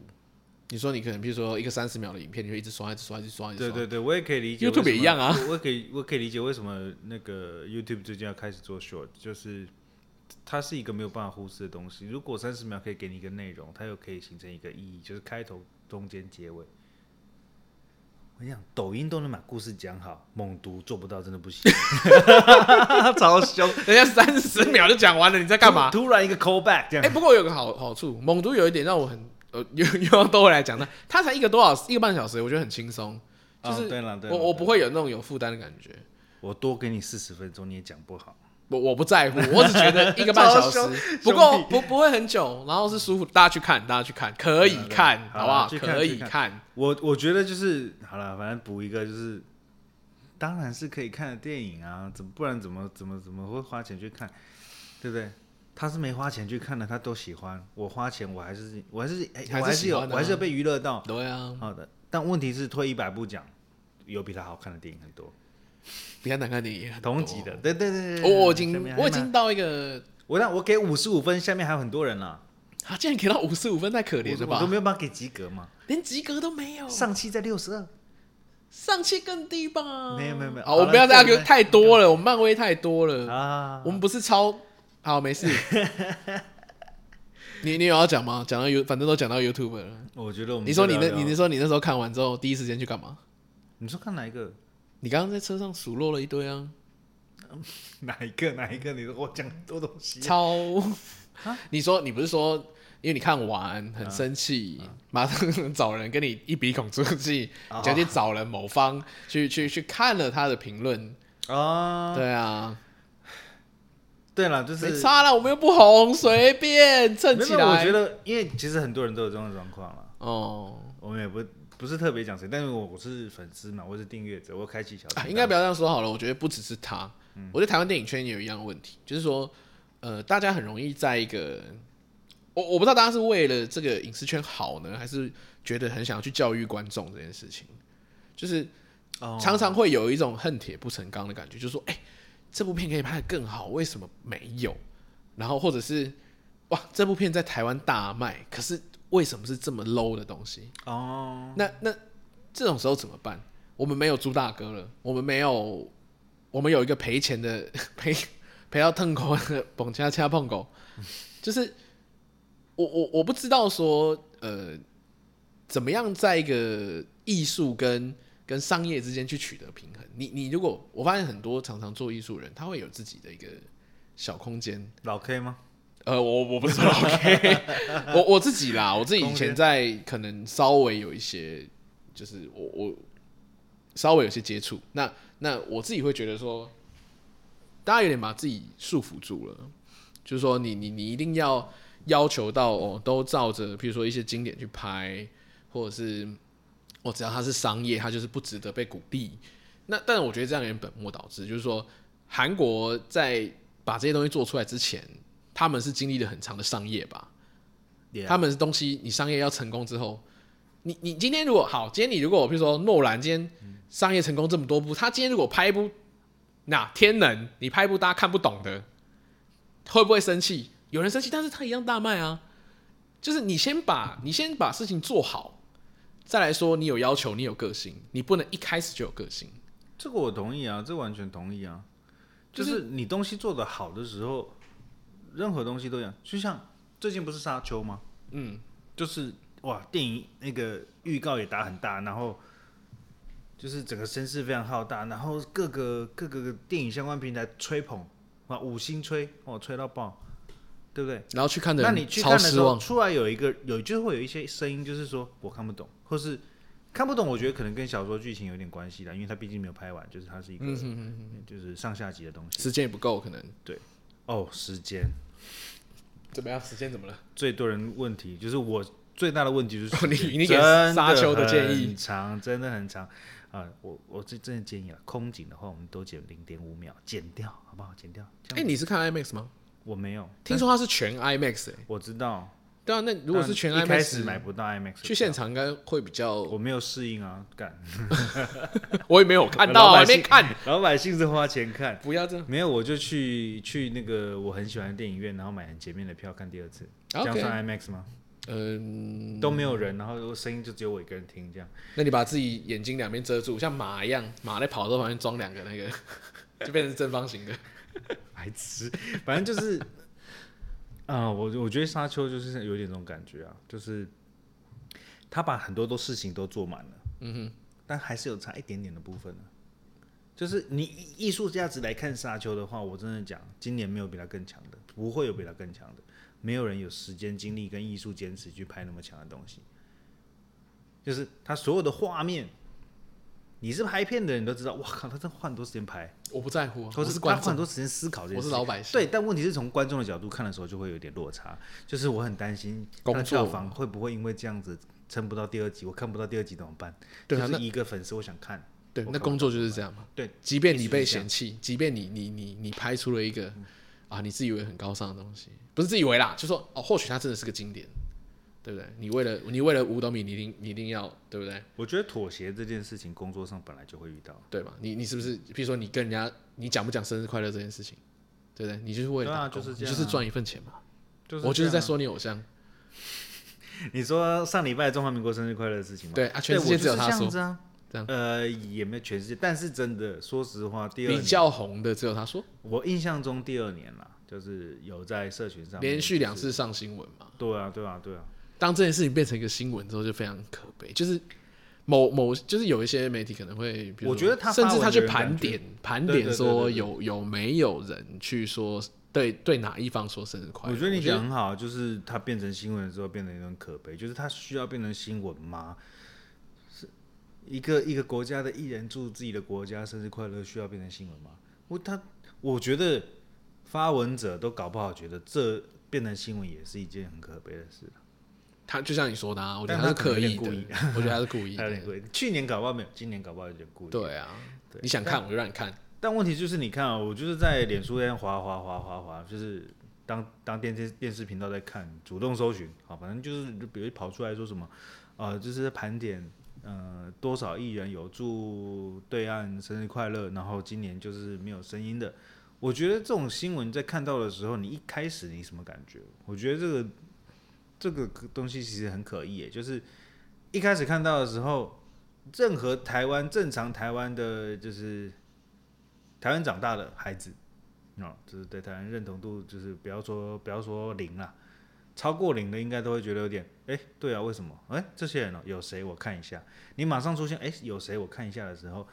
Speaker 1: 你说你可能比如说一个三十秒的影片，你就一直刷一直刷一直刷一直刷，
Speaker 2: 对对对，我也可以理解为什
Speaker 1: YouTube
Speaker 2: 么。
Speaker 1: 也一样啊
Speaker 2: 我我可以我可以理解为什么那个 YouTube 最近要开始做 short，就是它是一个没有办法忽视的东西。如果三十秒可以给你一个内容，它又可以形成一个意义，就是开头、中间、结尾。我想抖音都能把故事讲好，猛读做不到，真的 不行，超 凶。
Speaker 1: 人家三十秒就讲完了，你在干嘛？
Speaker 2: 突然一个 callback 这
Speaker 1: 哎、
Speaker 2: 样。
Speaker 1: 不过有个好好处，猛毒有一点让我很呃又 又要都回来讲那他才一个多小时一个半小时，我觉得很轻松，就是、
Speaker 2: 嗯对了对了
Speaker 1: 我我
Speaker 2: 对
Speaker 1: 不会有那种有负担的感觉。
Speaker 2: 我多给你四十分钟，你也讲不好。
Speaker 1: 我我不在乎，我只觉得一个半小
Speaker 2: 超
Speaker 1: 时
Speaker 2: 凶，
Speaker 1: 不过
Speaker 2: 兄
Speaker 1: 不不会很久，然后是舒服，大家去看，大家去看，可以看，
Speaker 2: 好
Speaker 1: 好不好？
Speaker 2: 去看
Speaker 1: 可
Speaker 2: 去
Speaker 1: 以
Speaker 2: 看
Speaker 1: 看，
Speaker 2: 我我觉得就是好了，反正补一个就是，当然是可以看的电影啊，怎么不然怎么怎么怎么会花钱去看，对不对？他是没花钱去看的，他都喜欢。我花钱，我还是我还是
Speaker 1: 还
Speaker 2: 哎、
Speaker 1: 是
Speaker 2: 我还是
Speaker 1: 喜
Speaker 2: 有，
Speaker 1: 欢的啊
Speaker 2: 我还是有被娱乐到。
Speaker 1: 对啊，
Speaker 2: 好的，但问题是退一百步讲，有比他好看的电影很多，
Speaker 1: 比较难看的也很多哦
Speaker 2: 同级的，，对对对对
Speaker 1: 我
Speaker 2: 对
Speaker 1: 我已
Speaker 2: 下
Speaker 1: 经
Speaker 2: 面还
Speaker 1: 我已
Speaker 2: 蛮
Speaker 1: 经到一个，
Speaker 2: 我让我给五十五分，下面还有很多人啦，
Speaker 1: 他竟然给到五十五分，太可
Speaker 2: 我
Speaker 1: 怜了
Speaker 2: 我都
Speaker 1: 吧？哦
Speaker 2: 没有办法给及格嘛。
Speaker 1: 连及格都没有，
Speaker 2: 上期在六十二，
Speaker 1: 上气更低吧？
Speaker 2: 没有没有没有
Speaker 1: 好，
Speaker 2: 好
Speaker 1: 我
Speaker 2: 了
Speaker 1: 不要
Speaker 2: 这
Speaker 1: 再
Speaker 2: 样
Speaker 1: argue
Speaker 2: 呢
Speaker 1: 太多了，我们漫威太多了，
Speaker 2: 啊，
Speaker 1: 我们不是超好，没 事。你你有要讲吗？讲到 You，反正都讲到 YouTube 了。
Speaker 2: 我觉得我们
Speaker 1: 你说你
Speaker 2: 就
Speaker 1: 那
Speaker 2: 聊
Speaker 1: 你
Speaker 2: 聊
Speaker 1: 那时候你那时候看完之后，第一时间去干嘛？
Speaker 2: 你说看哪一个
Speaker 1: 你刚刚在车上数落了一堆啊，
Speaker 2: 哪一个哪一个？你说我讲很多东西
Speaker 1: 超。
Speaker 2: 啊
Speaker 1: 你说你不是说，因为你看完很生
Speaker 2: 啊
Speaker 1: 气，马上找人跟你一鼻孔出气，
Speaker 2: 哦
Speaker 1: 你就去找了某方去去去看了他的评论。
Speaker 2: 啊？
Speaker 1: 对啊，
Speaker 2: 对了，就是
Speaker 1: 没差啦，我们又不红，随便蹭
Speaker 2: 没
Speaker 1: 起
Speaker 2: 有没有我
Speaker 1: 来。
Speaker 2: 觉得，因为其实很多人都有这种状况了，
Speaker 1: 哦，
Speaker 2: 我们也不不是特别讲谁，但是我我是粉丝嘛，我是订阅者，我开启小
Speaker 1: 啊
Speaker 2: 铃铛
Speaker 1: 应该不要这样说好了。我觉得不只是他，我觉得台湾电影圈也有一样的问题，就是说，呃，大家很容易在一个，我我不知道大家是为了这个影视圈好呢，还是觉得很想要去教育观众这件事情，就是
Speaker 2: 哦
Speaker 1: 常常会有一种恨铁不成钢的感觉，就是说，哎、这部片可以拍得更好，为什么没有？然后或者是，哇，这部片在台湾大卖，可是为什么是这么 low 的东西？
Speaker 2: 哦，
Speaker 1: 那那这种时候怎么办？我们没有朱大哥了，我们没有，我们有一个赔钱的 赔赔到腾口的蹦恰恰碰狗，就是我我我不知道说呃怎么样在一个艺术跟跟商业之间去取得平衡。你你如果我发现很多常常做艺术人，他会有自己的一个小空间，
Speaker 2: 老 K 吗？
Speaker 1: 呃，我我不知道，OK，我 我自己啦，我自己以
Speaker 2: 空间
Speaker 1: 前在可能稍微有一些，就是我我稍微有些接触，那那我自己会觉得说，大家有点把自己束缚住了，就是说你你你一定要要求到哦，都照着譬如说一些经典去拍，或者是我、哦只要它是商业，它就是不值得被鼓励。那但我觉得这样有点本末倒置，就是说韩国在把这些东西做出来之前，他们是经历了很长的商业吧。
Speaker 2: Yeah
Speaker 1: 他们的东西，你商业要成功之后，你你今天如果好，今天你如果比如说诺兰今天商业成功这么多部，他今天如果拍一部那天能，你拍一部大家看不懂的，会不会生气？有人生气，但是他一样大卖啊。就是你先把你先把事情做好，再来说你有要求，你有个性，你不能一开始就有个性。
Speaker 2: 这个我同意啊，这完全同意啊。就
Speaker 1: 就是
Speaker 2: 是你东西做得好的时候，任何东西都一样。就像最近不是沙丘吗？
Speaker 1: 嗯，
Speaker 2: 就是哇，电影那个预告也打很大，然后就是整个声势非常浩大，然后各个各个电影相关平台吹捧，哇，五星吹，哦，吹到爆，对不对？
Speaker 1: 然后去看的
Speaker 2: 那你
Speaker 1: 人
Speaker 2: 去看
Speaker 1: 超
Speaker 2: 的时
Speaker 1: 失
Speaker 2: 候，
Speaker 1: 望，
Speaker 2: 出来有一个有就是会有一些声音，就是说我看不懂，或是看不懂。我觉得可能跟小说剧情有点关系啦，因为它毕竟没有拍完，就是它是一个、
Speaker 1: 嗯
Speaker 2: 就是上下集的东西。
Speaker 1: 时间也不够，可能
Speaker 2: 哦，时间
Speaker 1: 怎么样？时间怎么了？
Speaker 2: 最多人问题就是我最大的问题就是时间
Speaker 1: 哦你你给
Speaker 2: 真的
Speaker 1: 沙丘的建议
Speaker 2: 很长，真的很长啊！我我这真的建议啊，空警的话我们多减零点五秒，减掉好不好？减掉。这
Speaker 1: 哎、
Speaker 2: 样
Speaker 1: 你是看 IMAX 吗？
Speaker 2: 我没有，
Speaker 1: 听说它是全 IMAX 哎、
Speaker 2: 我知道。
Speaker 1: 对啊，那如果是全
Speaker 2: 但
Speaker 1: IMAX，
Speaker 2: 一开始买不到 IMAX，
Speaker 1: 去现场应该会比 较。
Speaker 2: 我没有适应啊，干。
Speaker 1: 我也没有看到啊，我
Speaker 2: 老
Speaker 1: 还
Speaker 2: 百 姓
Speaker 1: 没看。
Speaker 2: 老百姓是花钱看，
Speaker 1: 不要这样，
Speaker 2: 没有我就去去那个我很喜欢的电影院，然后买很前面的票看第二次，这
Speaker 1: 啊 OK
Speaker 2: 样算 IMAX 吗？
Speaker 1: 嗯，
Speaker 2: 都没有人，然后声音就只有我一个人听，这样
Speaker 1: 那你把自己眼睛两边遮住，像马一样，马在跑的时候旁边装两个那个， 就变成正方形的。
Speaker 2: 白痴。反正就是，啊、我我觉得沙丘就是有点这种感觉啊，就是他把很多都事情都做满了，嗯哼，但还是有差一点点的部分呢、啊就是你艺艺术价值来看沙丘的话，我真的讲，今年没有比他更强的，不会有比他更强的，没有人有时间、精力跟艺术坚持去拍那么强的东西。就是他所有的画面，你是拍片的人都知道，哇靠，他真的花很多时间拍。
Speaker 1: 我不在乎啊，
Speaker 2: 或
Speaker 1: 我
Speaker 2: 是
Speaker 1: 是
Speaker 2: 他
Speaker 1: 观
Speaker 2: 花
Speaker 1: 众，
Speaker 2: 很多时间思考这件
Speaker 1: 我
Speaker 2: 事
Speaker 1: 是
Speaker 2: 情。
Speaker 1: 老百姓。
Speaker 2: 对，但问题是从观众的角度看的时候，就会有点落差。就是我很担心它的
Speaker 1: 工作
Speaker 2: 票房会不会因为这样子撑不到第二集，我看不到第二集怎么办？
Speaker 1: 对啊
Speaker 2: 就
Speaker 1: 那
Speaker 2: 是一个粉丝我想看，
Speaker 1: 对
Speaker 2: 我，
Speaker 1: 那工作就是这样嘛。
Speaker 2: 对，
Speaker 1: 即便
Speaker 2: 一
Speaker 1: 你
Speaker 2: 直
Speaker 1: 被
Speaker 2: 是这样嗯
Speaker 1: 嫌弃，即便你你你你拍出了一个啊，你自以为很高尚的东西，不是自以为啦，就说哦，或许它真的是个经典，对不对？你为了你为了五斗米，你一定你一定要对不对？
Speaker 2: 我觉得妥协这件事情，工作上本来就会遇到。
Speaker 1: 对吧？你你是不是，比如说你跟人家你讲不讲生日快乐这件事情，对不对？你就是为了
Speaker 2: 对啊
Speaker 1: 打工
Speaker 2: 就是这
Speaker 1: 你
Speaker 2: 样
Speaker 1: 就
Speaker 2: 啊
Speaker 1: 是赚一份钱嘛。
Speaker 2: 就是
Speaker 1: 我就是
Speaker 2: 这
Speaker 1: 在
Speaker 2: 样啊，
Speaker 1: 说你偶像，
Speaker 2: 你说上礼拜中华民国生日快乐的事情吗？
Speaker 1: 对啊，全世
Speaker 2: 我
Speaker 1: 界
Speaker 2: 就
Speaker 1: 只有
Speaker 2: 是
Speaker 1: 他
Speaker 2: 这样
Speaker 1: 说
Speaker 2: 子啊。
Speaker 1: 这样
Speaker 2: 呃，也没有全世界，但是真的，说实话，第二
Speaker 1: 比
Speaker 2: 年
Speaker 1: 较红的只有他说，
Speaker 2: 我印象中第二年啦，就是有在社群上面
Speaker 1: 连续两
Speaker 2: 就是，
Speaker 1: 次上新闻嘛。
Speaker 2: 对啊，对啊，对啊，
Speaker 1: 当这件事情变成一个新闻之后，就非常可悲，就是。某某就是有一些媒体可能会，比如说
Speaker 2: 我觉得他发
Speaker 1: 甚
Speaker 2: 文
Speaker 1: 至他去
Speaker 2: 有点感
Speaker 1: 盘
Speaker 2: 觉
Speaker 1: 点盘
Speaker 2: 对对
Speaker 1: 点
Speaker 2: 对
Speaker 1: 说
Speaker 2: 对对
Speaker 1: 有有没有人去说对对哪一方说生日快乐？
Speaker 2: 我觉得你讲得很好，就是它变成新闻了之后变得有点可悲，就是它需要变成新闻吗？是一个一个国家的艺人祝自己的国家生日快乐需要变成新闻吗？我他我觉得发文者都搞不好觉得这变成新闻也是一件很可悲的事，
Speaker 1: 他就像你说的、啊，我觉
Speaker 2: 但
Speaker 1: 得他是
Speaker 2: 他可
Speaker 1: 刻
Speaker 2: 能有
Speaker 1: 意
Speaker 2: 点
Speaker 1: 的，
Speaker 2: 故
Speaker 1: 我觉得他是故 意
Speaker 2: 还有点
Speaker 1: 的。
Speaker 2: 故意。去年搞不好没有，今年搞不好有点故意。
Speaker 1: 对啊，你想看我就让你看。
Speaker 2: 但问题就是，你看啊、我就是在脸书上滑滑滑滑滑，就是当当电视电视频道在看，主动搜寻，好，反正就是就比如跑出来说什么，呃，就是盘点，呃，多少艺人有祝对岸生日快乐，然后今年就是没有声音的。我觉得这种新闻在看到的时候，你一开始你什么感觉？我觉得这个这个东西其实很可疑耶，就是一开始看到的时候，任何台湾正常台湾的，就是台湾长大的孩子，哦，就是对台湾认同度，就是不要说不要说零啦，超过零的应该都会觉得有点，哎、对啊，为什么？哎、这些人哦，有谁？我看一下，你马上出现，哎、有谁？我看一下的时候，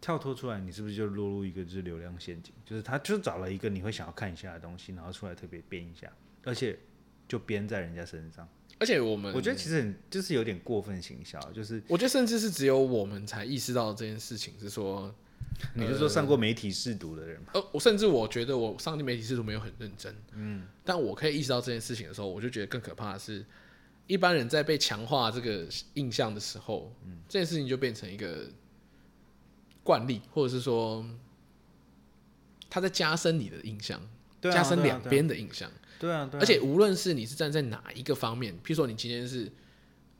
Speaker 2: 跳脱出来，你是不是就落入一个就是流量陷阱？就是他就找了一个你会想要看一下的东西，然后出来特别编一下，而且就编在人家身上。
Speaker 1: 而且我们，
Speaker 2: 我觉得其实很就是有点过分行销，就是
Speaker 1: 我觉得甚至是只有我们才意识到这件事情，是说，
Speaker 2: 你是说上过媒体试读的人，
Speaker 1: 呃，我甚至我觉得我上帝媒体试图没有很认真，嗯，但我可以意识到这件事情的时候，我就觉得更可怕的是，一般人在被强化这个印象的时候，嗯，这件事情就变成一个惯例，或者是说，它在加深你的印象。
Speaker 2: 对啊
Speaker 1: 加深
Speaker 2: 对啊
Speaker 1: 两边的印象。
Speaker 2: 对啊，对啊，
Speaker 1: 而且无论是你是站在哪一个方面，譬如说你今天是，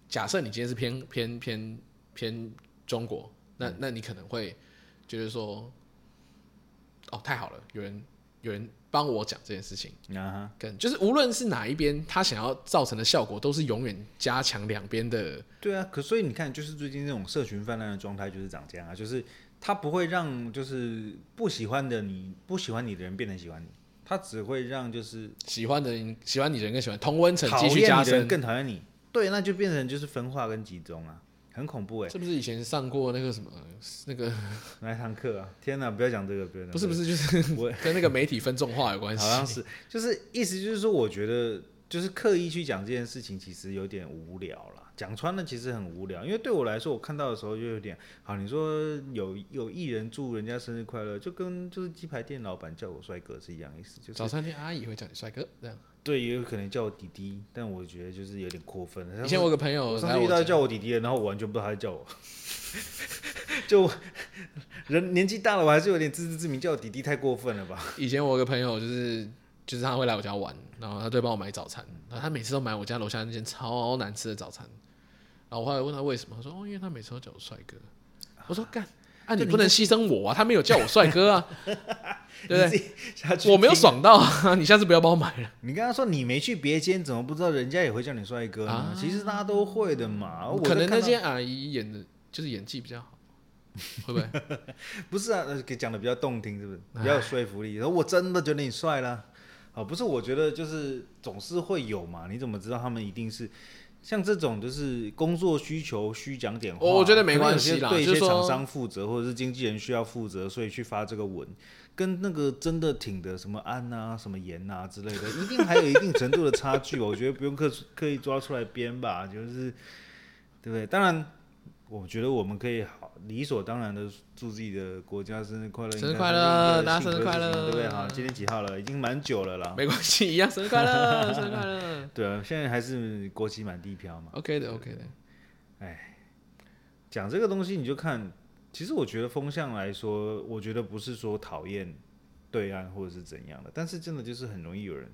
Speaker 1: 假设你今天是偏偏偏偏中国，
Speaker 2: 嗯
Speaker 1: 那那你可能会觉得说，哦，太好了，有人有人帮我讲这件事情，
Speaker 2: 啊
Speaker 1: 跟就是无论是哪一边，他想要造成的效果都是永远加强两边的
Speaker 2: 哈，对啊，可所以你看，就是最近这种社群泛滥的状态就是长这样啊，就是它不会让就是不喜欢的你不喜欢你的人变成喜欢你，它只会让就是
Speaker 1: 喜欢的人、喜欢你的人跟喜欢同温层
Speaker 2: 讨
Speaker 1: 继
Speaker 2: 厌
Speaker 1: 续加
Speaker 2: 你的人
Speaker 1: 深。
Speaker 2: 更讨厌你，对，那就变成就是分化跟集中啊，很恐怖哎、
Speaker 1: 是不是以前上过那个什么那个
Speaker 2: 那一堂课啊，天哪，不要讲这个，不要讲这个，
Speaker 1: 不是不是就是
Speaker 2: 我
Speaker 1: 跟那个媒体分众化有关系
Speaker 2: 好？像是，就是意思就是说，我觉得就是刻意去讲这件事情，其实有点无聊啦。讲穿了，其实很无聊，因为对我来说，我看到的时候就有点，好，你说有有艺人祝人家生日快乐，就跟就是鸡排店老板叫我帅哥是一样的意思，就是
Speaker 1: 早餐店阿姨会叫你帅哥这样。
Speaker 2: 对，也有可能叫我弟弟，但我觉得就是有点过分了。
Speaker 1: 以前我有个朋友
Speaker 2: 呃我上
Speaker 1: 来
Speaker 2: 次遇
Speaker 1: 我
Speaker 2: 到
Speaker 1: 家，
Speaker 2: 叫我弟弟的，然后我完全不知道他在叫我， 就我人年纪大了，我还是有点自知之明，叫我弟弟太过分了吧。
Speaker 1: 以前我有个朋友就是就是他会来我家玩，然后他就会帮我买早餐，然后他每次都买我家楼下那间超难吃的早餐，然后我后来问他为什么，他说哦，因为他每次都叫我帅哥，我说干。啊，你不能牺牲我啊！他没有叫我帅哥 啊，对不
Speaker 2: 你自己下去
Speaker 1: 对？我没有
Speaker 2: 听。
Speaker 1: 爽到啊！你下次不要帮我买了。
Speaker 2: 你跟他说你没去别间，怎么不知道人家也会叫你帅哥呢？
Speaker 1: 啊
Speaker 2: 其实大家都会的嘛。我
Speaker 1: 可能
Speaker 2: 在
Speaker 1: 那
Speaker 2: 看到
Speaker 1: 些阿姨演的就是演技比较好，会不会？
Speaker 2: 不是啊，呃给讲的比较动听，是不是比较有说服力？然后我真的觉得你帅啦。啊，不是，我觉得就是总是会有嘛。你怎么知道他们一定是像这种就是工作需求虚讲点话？
Speaker 1: 我我觉得没关系啦
Speaker 2: 可能有些
Speaker 1: 就是
Speaker 2: 对一些
Speaker 1: 说
Speaker 2: 厂商负责，或者是经纪人需要负责，所以去发这个文，跟那个真的挺的什么安啊、什么盐啊之类的，一定还有一定程度的差距。我觉得不用刻刻意抓出来编吧，就是对不对？当然，我觉得我们可以好理所当然的祝自己的国家生日快乐，
Speaker 1: 生日
Speaker 2: 应该
Speaker 1: 快
Speaker 2: 是
Speaker 1: 乐
Speaker 2: 对
Speaker 1: 大家
Speaker 2: 性
Speaker 1: 生日
Speaker 2: 格
Speaker 1: 快
Speaker 2: 是什么
Speaker 1: 乐
Speaker 2: 对不对？好，今天几号了？已经蛮久了啦。
Speaker 1: 没关系，一样生日快乐，生日快 乐。
Speaker 2: 对啊，现在还是国旗满地飘嘛。
Speaker 1: OK 的，OK 的。
Speaker 2: 讲这个东西，你就看，其实我觉得风向来说，我觉得不是说讨厌对岸或者是怎样的，但是真的就是很容易有人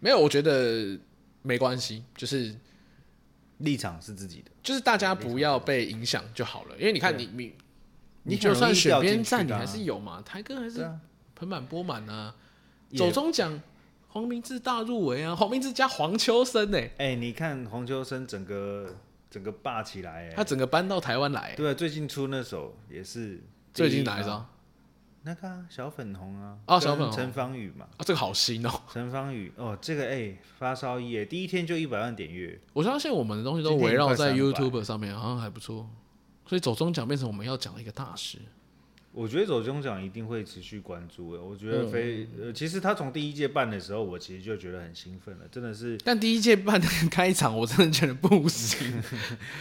Speaker 1: 没有，我觉得没关系，就是
Speaker 2: 立场是自己的，
Speaker 1: 就是大家不要被影响就好了，因为你看你你
Speaker 2: 你
Speaker 1: 就
Speaker 2: 很容
Speaker 1: 算
Speaker 2: 易
Speaker 1: 选
Speaker 2: 掉进
Speaker 1: 边站，
Speaker 2: 去
Speaker 1: 你
Speaker 2: 的啊
Speaker 1: 还是有嘛，台哥还
Speaker 2: 对
Speaker 1: 是
Speaker 2: 啊，
Speaker 1: 盆满钵满啊，
Speaker 2: 也
Speaker 1: 走中奖，黄明志大入围啊，黄明志加黄秋生欸呢、
Speaker 2: 哎、你看黄秋生整个整个霸起来、哎
Speaker 1: 他整个搬到台湾来、
Speaker 2: 对啊，最近出那首也是
Speaker 1: 最近
Speaker 2: 第
Speaker 1: 哪一
Speaker 2: 啊
Speaker 1: 招啊？
Speaker 2: 那个、啊、小粉红啊，
Speaker 1: 哦小粉红
Speaker 2: 陈芳宇嘛，
Speaker 1: 这个好新哦、
Speaker 2: 陈芳宇哦，这个哎、发烧一哎，第一天就一百万点阅，
Speaker 1: 我相信我们的东西都
Speaker 2: 今天
Speaker 1: 围绕
Speaker 2: 快
Speaker 1: 在
Speaker 2: 300
Speaker 1: YouTube 上面，好像还不错，所以走中奖变成我们要讲的一个大事。
Speaker 2: 我觉得走中奖一定会持续关注哎，我觉得非、
Speaker 1: 嗯
Speaker 2: 呃，其实他从第一届办的时候，我其实就觉得很兴奋了，真的是
Speaker 1: 但第一届办的开场，我真的觉得不 行，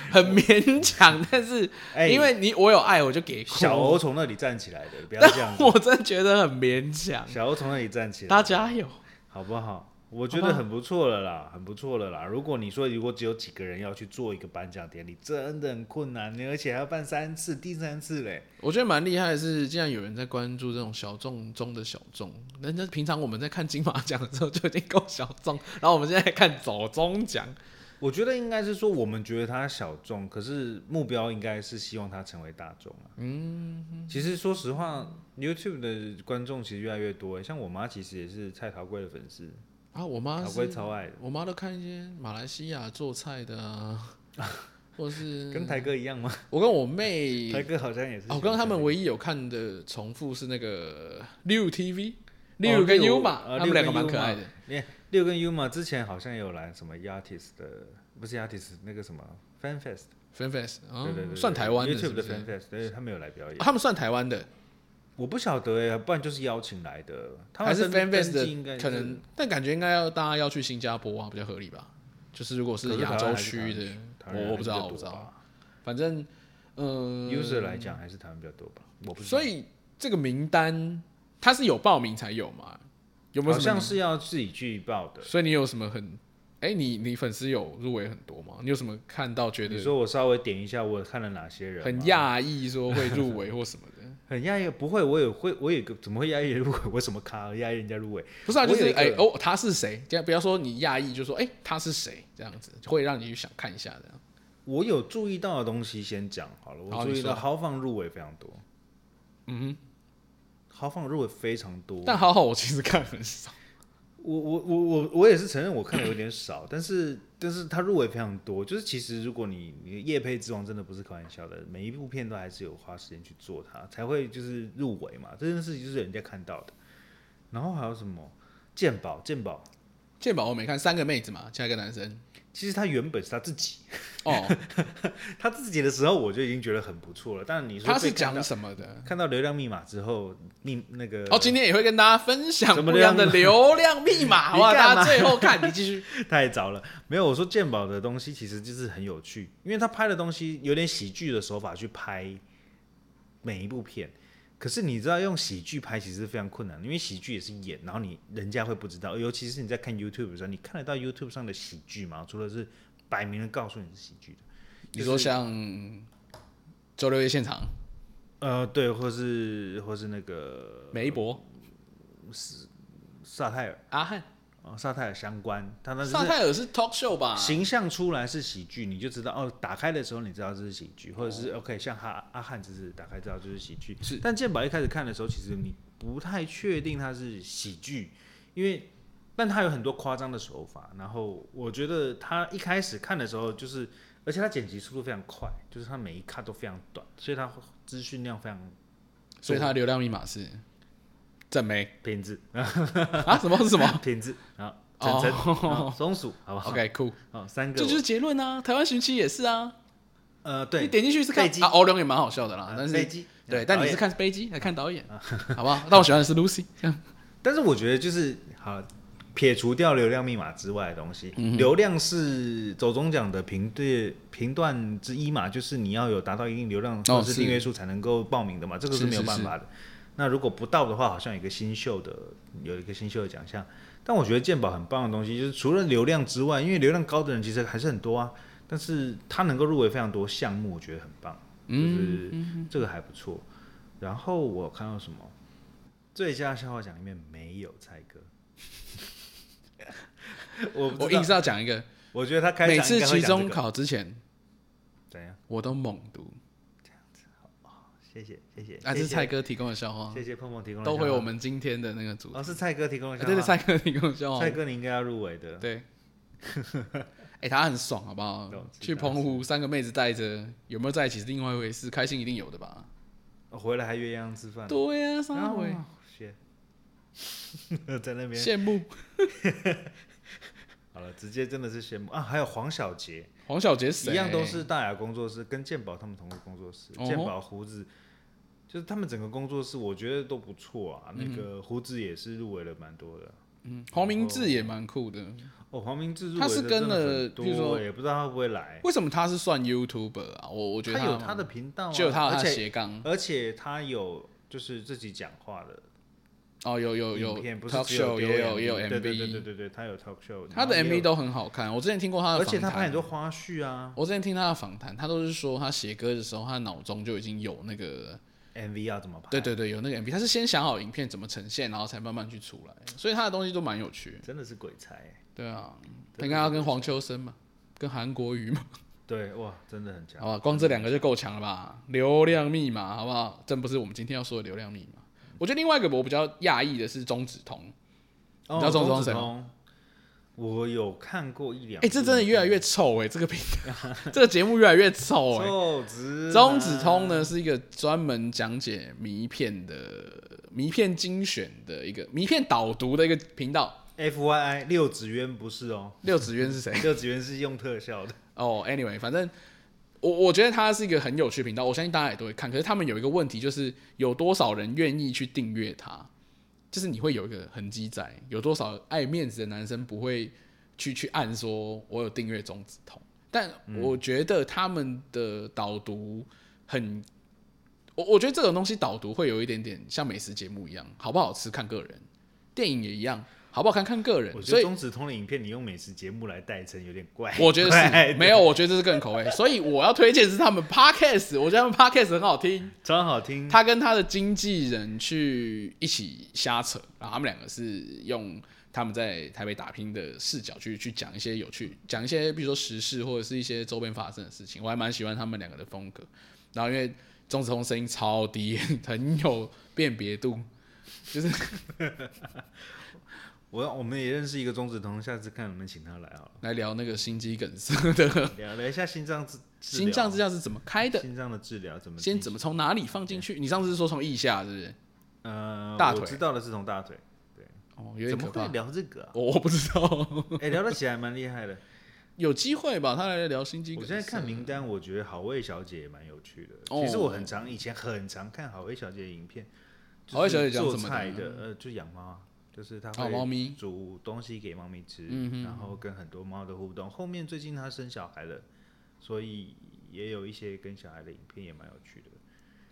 Speaker 1: 很勉强。但是
Speaker 2: 哎、
Speaker 1: 因为你我有爱，我就给过
Speaker 2: 小欧从那里站起来的，不要这 样
Speaker 1: 但
Speaker 2: 子，
Speaker 1: 我真的觉得很勉强。
Speaker 2: 小欧从那里站起来，
Speaker 1: 大家有
Speaker 2: 好不好？我觉得很不错了啦，很不错了啦。如果你说如果只有几个人要去做一个颁奖典礼，真的很困难，而且还要办三次，第三次嘞。
Speaker 1: 我觉得蛮厉害的是，竟然有人在关注这种小众中的小众。人家平常我们在看金马奖的时候就已经够小众，然后我们现在看走中奖，
Speaker 2: 我觉得应该是说，我们觉得它小众，可是目标应该是希望它成为大众啊。嗯，其实说实话，YouTube 的观众其实越来越多欸、像我妈其实也是蔡桃贵的粉丝，
Speaker 1: 啊，我妈
Speaker 2: 桃贵
Speaker 1: 是
Speaker 2: 超爱的，
Speaker 1: 我妈都看一些马来西亚做菜的啊，或是 哦
Speaker 2: 跟台哥一样吗？
Speaker 1: 我跟我妹
Speaker 2: 台哥好像也是
Speaker 1: 嗯哦，
Speaker 2: 喜欢看这个。
Speaker 1: 我刚刚他们唯一有看的重复是那个六 TV，六跟 U 嘛，
Speaker 2: 哦呃
Speaker 1: 他们两个蛮
Speaker 2: 六
Speaker 1: 可
Speaker 2: 跟 Yuma
Speaker 1: 爱的。
Speaker 2: 你六跟 U 嘛，之前好像有来什么 Yatis 的，不是 Yatis 那个什么 Fan Fest，、
Speaker 1: Fan Fest，哦
Speaker 2: 对对对对，
Speaker 1: 算台湾的是
Speaker 2: YouTube
Speaker 1: 不
Speaker 2: 的
Speaker 1: 是
Speaker 2: Fan Fest，对，他们有来表演。
Speaker 1: 哦他们算台湾的，
Speaker 2: 我不晓得哎、不然就是邀请来的。他
Speaker 1: 还
Speaker 2: 们
Speaker 1: 是
Speaker 2: 登
Speaker 1: Fan Fest
Speaker 2: 登记应该
Speaker 1: 的，
Speaker 2: 是
Speaker 1: 可能，但感觉应该要大家要去新加坡啊，比较合理吧。就是如果
Speaker 2: 可
Speaker 1: 是
Speaker 2: 是
Speaker 1: 亚
Speaker 2: 台湾
Speaker 1: 洲
Speaker 2: 还是
Speaker 1: 区的，
Speaker 2: 台湾
Speaker 1: 我我不知道，
Speaker 2: 还
Speaker 1: 我
Speaker 2: 是
Speaker 1: 不
Speaker 2: 比
Speaker 1: 知道，
Speaker 2: 较多吧
Speaker 1: 反正嗯，
Speaker 2: User 来讲还是台湾比较多吧，我不知道。
Speaker 1: 所以这个名单它是有报名才有嘛？有没有
Speaker 2: 好
Speaker 1: 什么
Speaker 2: 像是要自己去报的
Speaker 1: 你？。所以你有什么很？哎、你你粉丝有入围很多吗？你有什么看到觉得
Speaker 2: 你说我稍微点一下，我看了哪些人？
Speaker 1: 很，讶异，说会入围或什么的？
Speaker 2: 很压抑，不会，我也会，我也怎么会压抑人入围？我什么咖压抑人家入围？
Speaker 1: 不是啊，就
Speaker 2: 我
Speaker 1: 是
Speaker 2: 有一个
Speaker 1: 哎、哦，他是谁？这样不要说你讶异，就说哎、他是谁？这样子会让你去想看一下这样。
Speaker 2: 我有注意到的东西先讲好了，我
Speaker 1: 好
Speaker 2: 注
Speaker 1: 你
Speaker 2: 意到
Speaker 1: 说
Speaker 2: 豪放入围非常多，嗯豪放入围非常多，
Speaker 1: 但好好，我其实看很少。
Speaker 2: 我我我我我也是承认我看的有点少，但是但是他入围非常多，就是其实如果你你夜配之王真的不是开玩笑的，每一部片都还是有花时间去做它，才会就是入围嘛，这件事情就是人家看到的。然后还有什么鉴宝鉴宝，
Speaker 1: 鉴宝我没看，三个妹子嘛，加一个男生。
Speaker 2: 其实他原本是他自己，
Speaker 1: 哦，
Speaker 2: 他自己的时候我就已经觉得很不错了。 但你说
Speaker 1: 他是
Speaker 2: 被看
Speaker 1: 讲
Speaker 2: 到
Speaker 1: 什么的？
Speaker 2: 看到流量密码之后，密那个
Speaker 1: 哦，今天也会跟大家分享
Speaker 2: 什么
Speaker 1: 不一样的流量密
Speaker 2: 你
Speaker 1: 码，好不好？
Speaker 2: 干
Speaker 1: 大
Speaker 2: 嘛
Speaker 1: 家最后看，你继 续。
Speaker 2: 太早了，没有我说鉴宝的东西其实就是很有趣，因为他拍的东西有点喜剧的手法去拍每一部片。可是你知道用喜剧拍其实是非常困难的，因为喜剧也是演，然后你人家会不知道，尤其是你在看 YouTube 的时候，你看得到 YouTube 上的喜剧吗？除了是摆明了告诉你是喜剧的，
Speaker 1: 你说像周六夜现场，
Speaker 2: 呃，对，或是呃或是那个
Speaker 1: 梅博、
Speaker 2: 萨泰尔
Speaker 1: 阿汉、
Speaker 2: 啊、哦萨泰尔相关，他那就是
Speaker 1: 萨泰尔是 talk show 吧？
Speaker 2: 形象出来是喜剧，你就知道哦。打开的时候你知道这是喜
Speaker 1: 哦
Speaker 2: 剧，或者是、OK，像哈阿汉只是打开知道这是喜剧。
Speaker 1: 是
Speaker 2: 但鉴宝一开始看的时候，其实你不太确定它是喜剧，因为但它有很多夸张的手法。然后我觉得他一开始看的时候，就是而且他剪辑速度非常快，就是他每一卡都非常短，所以他资讯量非
Speaker 1: 哦
Speaker 2: 常
Speaker 1: 所以他的流量密码是正妹
Speaker 2: 偏执
Speaker 1: 啊？什么是什 么
Speaker 2: 偏执啊，陈晨、
Speaker 1: 哦
Speaker 2: 啊松鼠，好不好？
Speaker 1: ？OK，酷，
Speaker 2: 好，三
Speaker 1: 这
Speaker 2: 个我，
Speaker 1: 就是结论啊！台湾寻妻也是啊，
Speaker 2: 呃，对，
Speaker 1: 你点进去是看
Speaker 2: 贝基
Speaker 1: 啊，欧龙也蛮好笑的啦
Speaker 2: 啊，
Speaker 1: 但
Speaker 2: 贝
Speaker 1: 是
Speaker 2: 基
Speaker 1: 对，
Speaker 2: 啊
Speaker 1: 但
Speaker 2: 导
Speaker 1: 你
Speaker 2: 演
Speaker 1: 是看飞机还看导 演，好不好？但我喜欢的是 Lucy，这样
Speaker 2: 但是我觉得就是好，撇除掉流量密码之外的东西，
Speaker 1: 嗯
Speaker 2: 流量是走中奖的评对评断之一嘛，就是你要有达到一定流量
Speaker 1: 哦
Speaker 2: 或者是
Speaker 1: 是
Speaker 2: 订阅数才能够报名的嘛，这个
Speaker 1: 是
Speaker 2: 是没有
Speaker 1: 是
Speaker 2: 办法的。那如果不到的话，好像有一个新秀的有一个新秀的奖项，但我觉得鉴宝很棒的东西就是除了流量之外，因为流量高的人其实还是很多啊，但是他能够入围非常多项目，我觉得很棒，
Speaker 1: 嗯
Speaker 2: 就是这个还不错。然后我看到什么？最佳笑话奖里面没有蔡哥， 我不
Speaker 1: 我
Speaker 2: 知道
Speaker 1: 硬是要讲一个，
Speaker 2: 我觉得他开场
Speaker 1: 每次
Speaker 2: 应该会
Speaker 1: 期
Speaker 2: 讲这
Speaker 1: 中
Speaker 2: 个
Speaker 1: 考之前
Speaker 2: 怎样？
Speaker 1: 我都猛读，
Speaker 2: 谢谢谢谢，
Speaker 1: 啊，这
Speaker 2: 谢
Speaker 1: 是
Speaker 2: 谢
Speaker 1: 蔡哥提供的笑话，
Speaker 2: 谢谢碰碰提供的
Speaker 1: 都会
Speaker 2: 笑
Speaker 1: 我
Speaker 2: 话
Speaker 1: 们今天的那个主题，
Speaker 2: 哦是蔡哥提供的
Speaker 1: 啊
Speaker 2: 笑话，
Speaker 1: 这是蔡哥哦提供的笑话
Speaker 2: 蔡，哥你应该要入围的，
Speaker 1: 对。 哎、他很爽，好不好
Speaker 2: 懂？哦知
Speaker 1: 去
Speaker 2: 道
Speaker 1: 澎湖三个妹子带着，有没有在一起是另外一回事，开心一定有的吧？
Speaker 2: 哦回来还约洋吃饭，
Speaker 1: 对呀、啊，
Speaker 2: 然
Speaker 1: 三
Speaker 2: 后
Speaker 1: 回
Speaker 2: 谢， 在那边
Speaker 1: 羡慕
Speaker 2: 好了，直接真的是羡慕啊！还有黄小杰，
Speaker 1: 黄小杰谁？
Speaker 2: 一样都是大雅工作室跟鉴宝他们同个工作室，
Speaker 1: 哦吼
Speaker 2: 鉴宝胡子就是他们整个工作室，我觉得都不错啊。那个胡子也是入围了蛮多的。
Speaker 1: 嗯，黄明志也蛮酷的。
Speaker 2: 哦，黄明志入围
Speaker 1: 他是
Speaker 2: 的
Speaker 1: 跟
Speaker 2: 真的
Speaker 1: 了
Speaker 2: 很多
Speaker 1: 譬如说
Speaker 2: 也不知道他会不会来。
Speaker 1: 为什么他是算 YouTuber 啊？我我觉得
Speaker 2: 哎他有他的频道、啊，
Speaker 1: 就有他的
Speaker 2: 而
Speaker 1: 他的
Speaker 2: 且
Speaker 1: 斜杠
Speaker 2: 而且他有就是自己讲话的
Speaker 1: 哦，有有有
Speaker 2: 影片，不是
Speaker 1: talk
Speaker 2: 只有
Speaker 1: show
Speaker 2: 丢
Speaker 1: 也有
Speaker 2: MV
Speaker 1: 也有
Speaker 2: 对对对对
Speaker 1: MV，
Speaker 2: 对对，他有 talk show，
Speaker 1: 他的
Speaker 2: 然后也
Speaker 1: MV
Speaker 2: 有
Speaker 1: 都很好看。我之前听过他的，
Speaker 2: 而且他拍很多，花絮啊
Speaker 1: 我之前听他的访谈，他都是说他写歌的时候，他脑中就已经有那个，
Speaker 2: ，MV 要怎么拍？
Speaker 1: 对对对，有那个 MV，他是先想好影片怎么呈现，然后才慢慢去出来，所以他的东西都蛮有趣的。
Speaker 2: 真的是鬼才欸，
Speaker 1: 对啊，他应该要跟黄秋生嘛，跟韩国瑜嘛。
Speaker 2: 对哇，真的很强。
Speaker 1: 好吧，光这两个就够强了吧？流量密码，好不好？真不是我们今天要说的流量密码。我觉得另外一个我比较讶异的是中指通，
Speaker 2: 哦
Speaker 1: 你知道钟
Speaker 2: 钟
Speaker 1: 子
Speaker 2: 子
Speaker 1: 通
Speaker 2: 通，我有看过一两
Speaker 1: 哎、
Speaker 2: 部影片，
Speaker 1: 这真的越来越丑哎、这个频 道，这个节目越来越丑哎、
Speaker 2: 臭直男
Speaker 1: 中指通呢是一个专门讲解迷片的迷片精选的一个迷片导读的一个频道。
Speaker 2: F Y I 六指渊不是哦，
Speaker 1: 六子渊是谁？
Speaker 2: 六指渊是用特效 的，
Speaker 1: 哦、a n y w a y 反正我我觉得它是一个很有趣的频道，我相信大家也都会看。可是他们有一个问题，就是有多少人愿意去订阅它？就是你会有一个痕迹在，有多少爱面子的男生不会去去按说我有订阅中子通？但
Speaker 2: 嗯
Speaker 1: 我觉得他们的导读很，我我觉得这种东西导读会有一点点像美食节目一样，好不好吃看个人，电影也一样。好不好看看个人
Speaker 2: 我。觉
Speaker 1: 所
Speaker 2: 得
Speaker 1: 以
Speaker 2: 中止通的影片，你用美食节目来代称有点怪。
Speaker 1: 我觉得
Speaker 2: 怪
Speaker 1: 是
Speaker 2: 的
Speaker 1: 没有，我觉得这是个人口味。所以我要推荐是他们 podcast，我觉得他们 podcast 很好听。
Speaker 2: 超好听。
Speaker 1: 他跟他的经纪人去一起瞎扯，然后他们两个是用他们在台北打拼的视角去去讲一些有趣，讲一些比如说时事或者是一些周边发生的事情，我还蛮喜欢他们两个的风格。然后因为钟子通声音超低， 很有辨别度，就是
Speaker 2: 我我们也认识一个钟子彤，下次看能不能请他来好了，
Speaker 1: 来聊那个心肌梗塞的
Speaker 2: 聊聊一下心脏治治疗
Speaker 1: 心脏支架是怎么开的，
Speaker 2: 心脏的治疗怎么
Speaker 1: 先
Speaker 2: 进
Speaker 1: 怎么从哪里放进去？你上次是说从腋下是不是？
Speaker 2: 呃
Speaker 1: 大
Speaker 2: 我
Speaker 1: 腿
Speaker 2: 知道的是从大腿，
Speaker 1: 哦，有点
Speaker 2: 怎
Speaker 1: 可
Speaker 2: 么会
Speaker 1: 怕。
Speaker 2: 聊这个、 啊？
Speaker 1: 我我不知道，
Speaker 2: 哎、聊得起来蛮厉害的。
Speaker 1: 有机会吧？他来聊心肌
Speaker 2: 我
Speaker 1: 梗
Speaker 2: 现
Speaker 1: 塞。
Speaker 2: 在看名单，我觉得好味小姐也蛮有趣的。
Speaker 1: 哦
Speaker 2: 其实我很常以前很常看好味小姐的影片，就是
Speaker 1: 好味小姐讲
Speaker 2: 做
Speaker 1: 什么的
Speaker 2: 菜
Speaker 1: 呢
Speaker 2: 的，呃，就养猫啊，就是她
Speaker 1: 哦，猫
Speaker 2: 会
Speaker 1: 咪，
Speaker 2: 煮东西给猫咪吃，
Speaker 1: 嗯哼
Speaker 2: 然后跟很多猫的互动。后面最近她生小孩了，所以也有一些跟小孩的影片也蛮有趣的。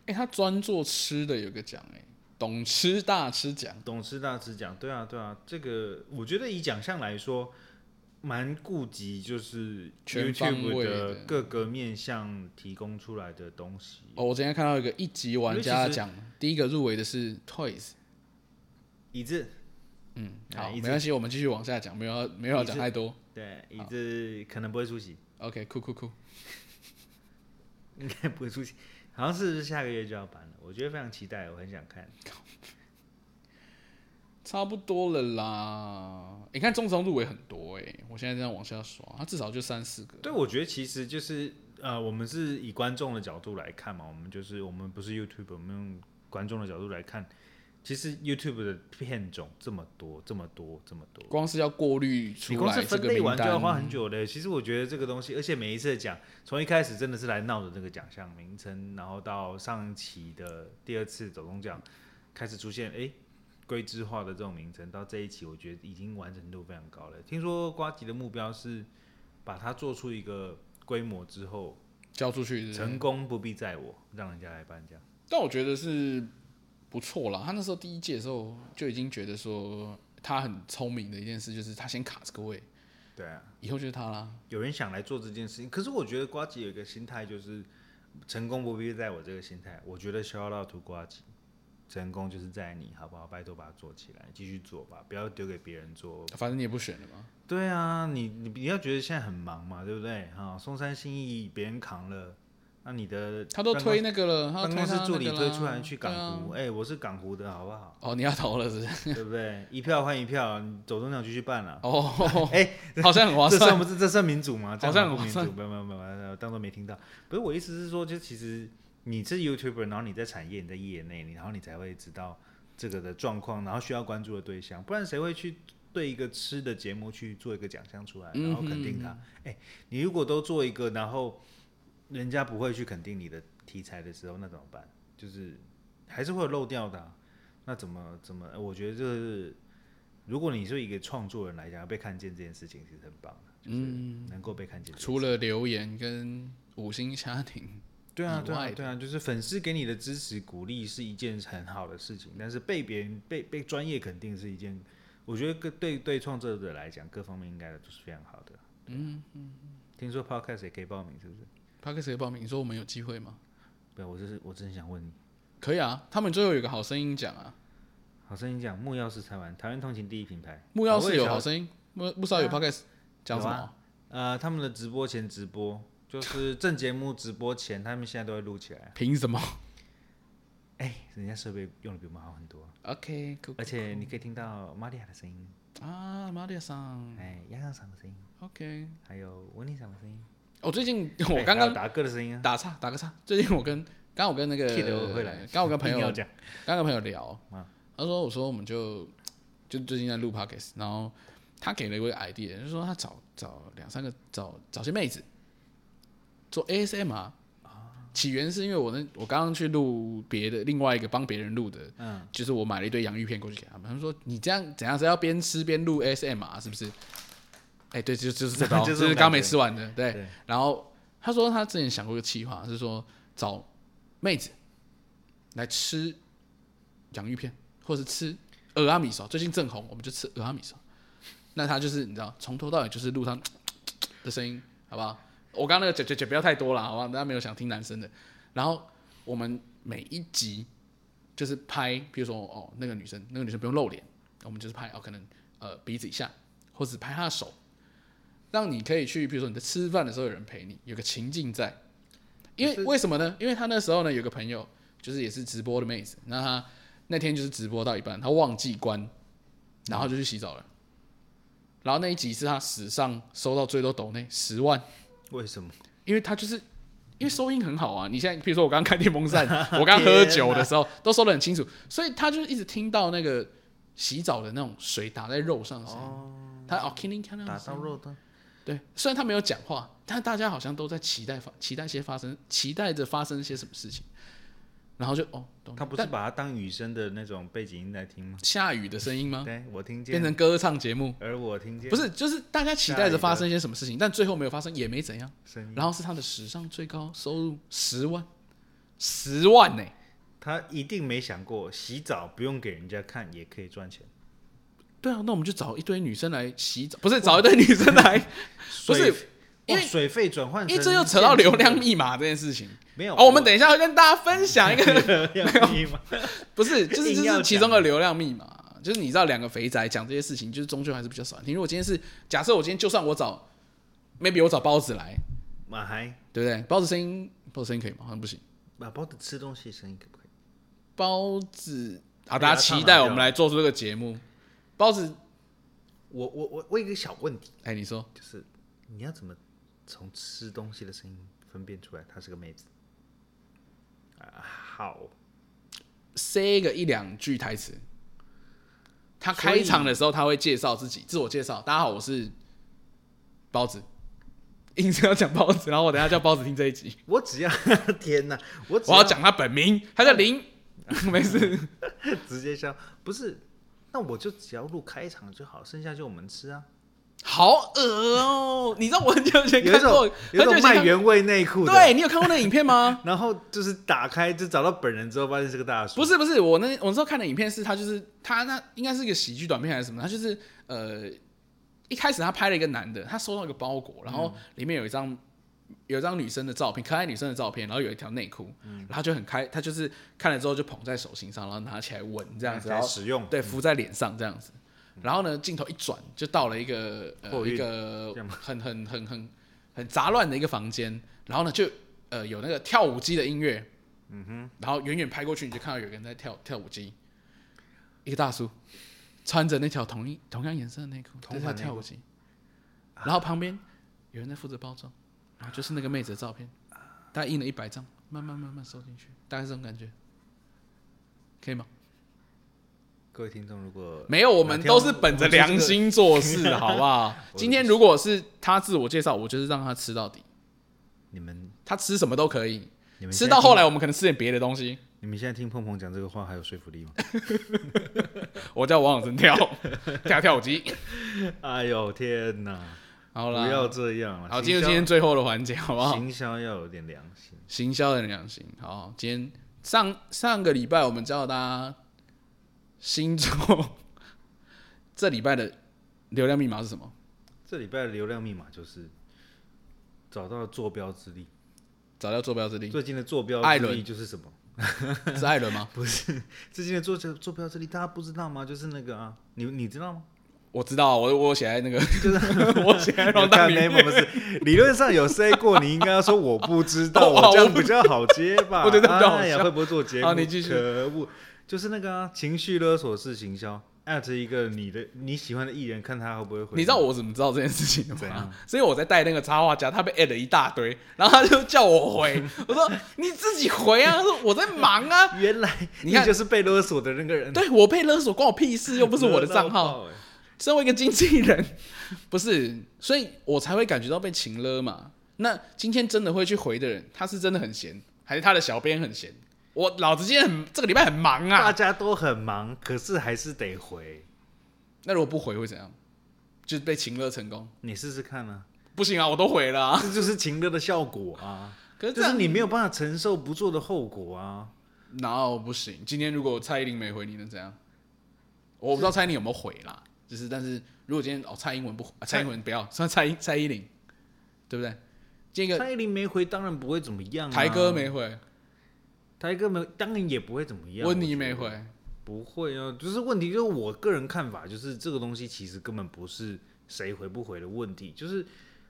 Speaker 1: 哎、他专做吃的有个奖哎、懂吃大吃奖，
Speaker 2: 董事大致讲，对啊，对啊，这个我觉得以奖项来说，蛮顾及就是
Speaker 1: 全方位
Speaker 2: YouTube
Speaker 1: 的
Speaker 2: 的各个面向提供出来的东西。
Speaker 1: 哦，我今天看到一个一级玩
Speaker 2: 因
Speaker 1: 家
Speaker 2: 为其实
Speaker 1: 奖，第一个入围的是 Toys，
Speaker 2: 椅子，
Speaker 1: 嗯，
Speaker 2: 哎
Speaker 1: 好，
Speaker 2: 一
Speaker 1: 没
Speaker 2: 直
Speaker 1: 关系，我们继续往下讲，没有要没有要讲太多
Speaker 2: 对，椅子可能不会出席，
Speaker 1: ，OK，酷酷酷，
Speaker 2: 应该不会出席，好像是不是下个月就要搬了？我觉得非常期待，我很想看。
Speaker 1: 差不多了啦，你、看中层入围很多哎、我现在这样往下刷，他至少就三四个，
Speaker 2: 对，我觉得其实就是呃，我们是以观众的角度来看嘛，我们就是我们不是 YouTube，我们用观众的角度来看，其实 YouTube 的片种这么多，这么多，这么多。
Speaker 1: 光是要过滤
Speaker 2: 你
Speaker 1: 出
Speaker 2: 光
Speaker 1: 来
Speaker 2: 是
Speaker 1: 这
Speaker 2: 分
Speaker 1: 个
Speaker 2: 类
Speaker 1: 名
Speaker 2: 完就要花
Speaker 1: 单，
Speaker 2: 很久的。其实我觉得这个东西，而且每一次的奖，从一开始真的是来闹的那个奖项名称，然后到上一期的第二次走中奖开始出现，哎、规制化的这种名称，到这一期我觉得已经完成度非常高了。听说瓜吉的目标是把它做出一个规模之后，
Speaker 1: 交出去是不是
Speaker 2: 成功不必在我，让人家来颁奖。
Speaker 1: 但我觉得是不错啦。他那时候第一届的时候就已经觉得说他很聪明的一件事，就是他先卡这个位，
Speaker 2: 对啊，
Speaker 1: 以后就是他啦。
Speaker 2: 有人想来做这件事情，可是我觉得瓜吉有一个心态就是成功不必在我这个心态。我觉得 shout out to 瓜吉，成功就是在你，好不好？拜托把它做起来，继续做吧，不要丢给别人做。
Speaker 1: 反正你也不选了嘛。
Speaker 2: 对啊，你你你要觉得现在很忙嘛，对不对？哈、松山信义别人扛了，那你的
Speaker 1: 他都
Speaker 2: 办
Speaker 1: 推那个了，他
Speaker 2: 办
Speaker 1: 都推
Speaker 2: 公室
Speaker 1: 他
Speaker 2: 助理
Speaker 1: 那个
Speaker 2: 推
Speaker 1: 啦
Speaker 2: 出来去
Speaker 1: 对啊？
Speaker 2: 港湖，哎、我是港湖的好不好
Speaker 1: 哦，你要投了是不是？
Speaker 2: 对不对？一票换一票，你走中奖就去办了。
Speaker 1: 哦，
Speaker 2: 哎
Speaker 1: 好像很划
Speaker 2: 这算
Speaker 1: 算。
Speaker 2: 不是这算民主吗？这
Speaker 1: 好
Speaker 2: 样
Speaker 1: 像
Speaker 2: 不
Speaker 1: 好
Speaker 2: 民
Speaker 1: 像
Speaker 2: 主，没有没有没有没有，当做没听到。不是我意思是说，就其实你是 YouTuber，然后你在产业、你在业内，你然后你才会知道这个的状况，然后需要关注的对象，不然谁会去对一个吃的节目去做一个奖项出来，
Speaker 1: 嗯
Speaker 2: 然后肯定它？哎、你如果都做一个，然后人家不会去肯定你的题材的时候，那怎么办？就是还是会有漏掉的啊、那怎么怎么？呃我觉得这是，如果你是一个创作人来讲，要被看见这件事情其实很棒的，就是能够被看见这件
Speaker 1: 嗯
Speaker 2: 事。
Speaker 1: 除了留言跟五星家庭，
Speaker 2: 对啊，
Speaker 1: 以
Speaker 2: 对
Speaker 1: 外
Speaker 2: 啊，
Speaker 1: 的
Speaker 2: 对啊，就是粉丝给你的支持鼓励是一件很好的事情，但是被别人被被专业肯定是一件，我觉得各对对创作者来讲，各方面应该都是非常好的。嗯嗯，听说 podcast 也可以报名，是不是？
Speaker 1: 他跟谁报名？你说我们有机会吗？
Speaker 2: 不，我就是我真想问你，
Speaker 1: 可以啊，他们最后有一个好声音奖啊，
Speaker 2: 好声音讲木曜是台湾台湾通勤第一品牌，
Speaker 1: 木曜是有
Speaker 2: 好
Speaker 1: 好声音，木木少有 podcast 讲什么
Speaker 2: 有啊？呃，他们的直播前直播，就是正节目直播前，他们现在都会录起来。
Speaker 1: 凭什么
Speaker 2: 哎、人家设备用的比我们好很多，
Speaker 1: ？OK，酷
Speaker 2: 而且你可以听到玛利亚的声音，
Speaker 1: 啊，玛丽亚桑
Speaker 2: 哎、亚当桑的声音，
Speaker 1: ，OK。
Speaker 2: 还有温妮桑的声音，
Speaker 1: 我哦最近
Speaker 2: 哎
Speaker 1: 我刚
Speaker 2: 还有
Speaker 1: 刚
Speaker 2: 达哥的声音啊，
Speaker 1: 打岔打个岔，最近我跟刚刚我跟那个
Speaker 2: Kid 会来
Speaker 1: 刚刚我跟朋
Speaker 2: 一定
Speaker 1: 友
Speaker 2: 要讲，
Speaker 1: 刚跟朋友聊，
Speaker 2: 啊
Speaker 1: 他说我说我们就就最近在录 podcast，然后他给了一个 idea，就是说他找找两三个找找些妹子做 ASM 啊。起源是因为我那我刚刚去录别的另外一个帮别人录的，
Speaker 2: 嗯，
Speaker 1: 就是我买了一堆洋芋片过去给他们，他们说你这样怎样是要边吃边录 ASM 啊，是不是？哎、对，就就是这招，
Speaker 2: 就
Speaker 1: 就是
Speaker 2: 这种
Speaker 1: 是刚
Speaker 2: 感觉
Speaker 1: 没吃完的，对。
Speaker 2: 对
Speaker 1: 然后他说他之前想过一个计划，是说找妹子来吃洋芋片，或是吃俄阿米烧，最近正红，我们就吃俄阿米烧。那它就是你知道，从头到尾就是路上的声音，好不好？我刚刚那个姐姐姐不要太多了，好不好？大家没有想听男生的。然后我们每一集就是拍，比如说哦，那个女生，那个女生不用露脸，我们就是拍哦，可能呃鼻子以下，或者拍她的手，让你可以去，比如说你在吃饭的时候有人陪你，有个情境在。因为为什么呢？因为他那时候呢有个朋友，就是也是直播的妹子，那她那天就是直播到一半，她忘记关，然后就去洗澡了。然后那一集是她史上收到最多抖内十万。
Speaker 2: 为什么？
Speaker 1: 因为他就是因为收音很好啊。你现在比如说我刚刚开电风 扇，我刚喝酒的时候都收的很清楚，所以他就是一直听到那个洗澡的那种水打在肉上的声音。他哦，叮叮看
Speaker 2: 打
Speaker 1: 到
Speaker 2: 到肉的，
Speaker 1: 对，虽然他没有讲话，但大家好像都在期待发期待些发生，期待着发生些什么事情。然后就哦，懂
Speaker 2: 他不是把它当雨声的那种背景音来听吗？
Speaker 1: 下雨的声音吗？
Speaker 2: 对，我听
Speaker 1: 啊变
Speaker 2: 见，
Speaker 1: 成歌唱节目，
Speaker 2: 而我听见
Speaker 1: 不是，就是大家期待着发生些什么事情，但最后没有发生，也没怎样。
Speaker 2: 声音。
Speaker 1: 然后是他的史上最高收入十万，十万呢、
Speaker 2: 他一定没想过洗澡不用给人家看也可以赚钱，
Speaker 1: 对啊，那我们就找一堆女生来洗澡，不是找一堆女生来，不是
Speaker 2: 水哇水费转换
Speaker 1: 因
Speaker 2: 成现
Speaker 1: 为
Speaker 2: 金，
Speaker 1: 这又扯到流量密码这件事情。
Speaker 2: 没有
Speaker 1: 哦，我们 等一下会跟大家分享一个，
Speaker 2: 流量密码
Speaker 1: 不是，就是
Speaker 2: 硬
Speaker 1: 这
Speaker 2: 要
Speaker 1: 是
Speaker 2: 讲
Speaker 1: 其中的流量密码，就是你知道两个肥宅讲这些事情，就是终究还是比较少人听。如果今天是假设我今天就算我找，maybe 我找包子来，
Speaker 2: 马还
Speaker 1: 对不对？包子声音，包子声音可以吗？好像不行。
Speaker 2: 把包子吃东西的声音可不可以？
Speaker 1: 包子，好，
Speaker 2: 把
Speaker 1: 大家
Speaker 2: 它
Speaker 1: 期
Speaker 2: 唱
Speaker 1: 待
Speaker 2: 好
Speaker 1: 我们
Speaker 2: 掉
Speaker 1: 来做出这个节目。包子，
Speaker 2: 我我我我有一个小问题，
Speaker 1: 哎，你说
Speaker 2: 就是你要怎么从吃东西的声音分辨出来她是个妹子？啊，好，
Speaker 1: 塞个一两句台词。他
Speaker 2: 所以
Speaker 1: 开场的时候，他会介绍自己，自我介绍：“大家好，我是包子。”硬是要讲包子，然后我等一下叫包子听这一集，
Speaker 2: 我只要天哪，我 只
Speaker 1: 我要讲他本名，他叫林， 没事。
Speaker 2: 直接笑，不是，那我就只要录开场就好，剩下就我们吃 啊。
Speaker 1: 好恶哦！你知道我很久以前
Speaker 2: 有一
Speaker 1: 看过，
Speaker 2: 种有
Speaker 1: 很久
Speaker 2: 一种
Speaker 1: 以前
Speaker 2: 卖
Speaker 1: 看
Speaker 2: 原味内裤的，
Speaker 1: 对你有看过那个影片吗？
Speaker 2: 然后就是打开就找到本人之后，发现是个大叔。
Speaker 1: 不是不是，我那我那时候看的影片是他就是他那应该是一个喜剧短片还是什么，他就是呃一开始他拍了一个男的，他收到一个包裹，然后里面有一张。有一张女生的照片，可爱女生的照片，然后有一条内裤，然后他就很开，他就是看了之后就捧在手心上，然后拿起来闻这样子，然
Speaker 2: 才
Speaker 1: 后
Speaker 2: 使用，
Speaker 1: 对，敷在脸上这样子。然后呢，镜头一转，就到了一个
Speaker 2: 货
Speaker 1: 呃
Speaker 2: 运
Speaker 1: 一个
Speaker 2: 这样
Speaker 1: 很很很很很杂乱的一个房间，然后呢就呃有那个跳舞机的音乐，嗯哼，然后远远拍过去，你就看到有个人在跳跳舞机，一个大叔穿着那条同一同样颜色的内裤，
Speaker 2: 同
Speaker 1: 在跳
Speaker 2: 款内啊
Speaker 1: 跳舞机，然后旁边有人在负责包装，然后就是那个妹子的照片，大概印了一百张，慢慢慢慢收进去，大概是这种感觉，可以吗？
Speaker 2: 各位听众，如果
Speaker 1: 没有，我们都是本着良心做事，好不好？
Speaker 2: 我
Speaker 1: 今天如果是他自我介绍，我就是让他吃到底，
Speaker 2: 你们
Speaker 1: 他吃什么都可以。
Speaker 2: 你们
Speaker 1: 吃
Speaker 2: 现在
Speaker 1: 到后
Speaker 2: 听，
Speaker 1: 来，我们可能吃点别的东西。
Speaker 2: 你们现在听碰碰讲这个话还有说服力吗？
Speaker 1: 我叫王永生跳跳跳舞机。
Speaker 2: 哎呦天哪！
Speaker 1: 好
Speaker 2: 不
Speaker 1: 啦，
Speaker 2: 要这样了。
Speaker 1: 好，进
Speaker 2: 行
Speaker 1: 入
Speaker 2: 销
Speaker 1: 今天最后的环节，好不好？
Speaker 2: 行销要有点良心。
Speaker 1: 行销的良心。好，今天上上个礼拜我们教大家星座，这礼拜的流量密码是什么？
Speaker 2: 这礼拜的流量密码就是找到坐标之力。
Speaker 1: 找到坐标之 力
Speaker 2: 最近的坐标
Speaker 1: 艾
Speaker 2: 之力
Speaker 1: 伦
Speaker 2: 就是什么？
Speaker 1: 是艾伦吗？
Speaker 2: 最近的坐标坐标之力，大家不知道吗？就是那个啊，你你知道吗？
Speaker 1: 我知道，我我写在那个， 我写在让大
Speaker 2: 看
Speaker 1: 名
Speaker 2: 没 不是，理论上有 say 过，你应该要说我不知道，
Speaker 1: 哦
Speaker 2: 我这
Speaker 1: 我
Speaker 2: 样比较好接 吧？
Speaker 1: 我觉得比较好
Speaker 2: 哎呀，
Speaker 1: 笑
Speaker 2: 会不会做节
Speaker 1: 好
Speaker 2: 目？
Speaker 1: 你继续
Speaker 2: 可恶，就是那个啊，情绪勒索式行销，at 一个你的你喜欢的艺人，看他会不会回。
Speaker 1: 你知道我怎么知道这件事情的
Speaker 2: 怎
Speaker 1: 吗
Speaker 2: 样？
Speaker 1: 所以我在带那个插画家，他被艾了一大堆，然后他就叫我 回，我说你自己回啊，他说我在忙啊，
Speaker 2: 原来
Speaker 1: 你
Speaker 2: 你
Speaker 1: 看
Speaker 2: 就是被勒索的那个人，
Speaker 1: 对我被勒索关我屁事，又不是我的账号。啊
Speaker 2: 勒到爆欸。
Speaker 1: 身为一个经纪人，不是，所以我才会感觉到被情勒嘛。那今天真的会去回的人，他是真的很闲，还是他的小编很闲？我老子今天很这个礼拜很忙
Speaker 2: 大
Speaker 1: 啊，
Speaker 2: 家都很忙，可是还是得回。
Speaker 1: 那如果不回会怎样？就是被情勒成功？
Speaker 2: 你试试看啊，
Speaker 1: 不行啊，我都回了、啊。
Speaker 2: 这就是情歌的效果啊，
Speaker 1: 可 是这
Speaker 2: 就
Speaker 1: 样
Speaker 2: 是你没有办法承受不做的后果啊。
Speaker 1: 那、no, 不行。今天如果蔡依林没回，你能怎样？我不知道蔡英文有没有回啦，就是但是如果今天哦蔡英文不、啊、蔡英文不要， 算蔡英蔡依林，对不对？这个
Speaker 2: 蔡依林没回，当然不会怎么样、啊。
Speaker 1: 台哥，没回，
Speaker 2: 台哥没，当然也不会怎么样。
Speaker 1: 温妮
Speaker 2: 我觉
Speaker 1: 没
Speaker 2: 得
Speaker 1: 回，
Speaker 2: 不会啊，就是问题就是我个人看法，就是这个东西其实根本不是谁回不回的问题，就是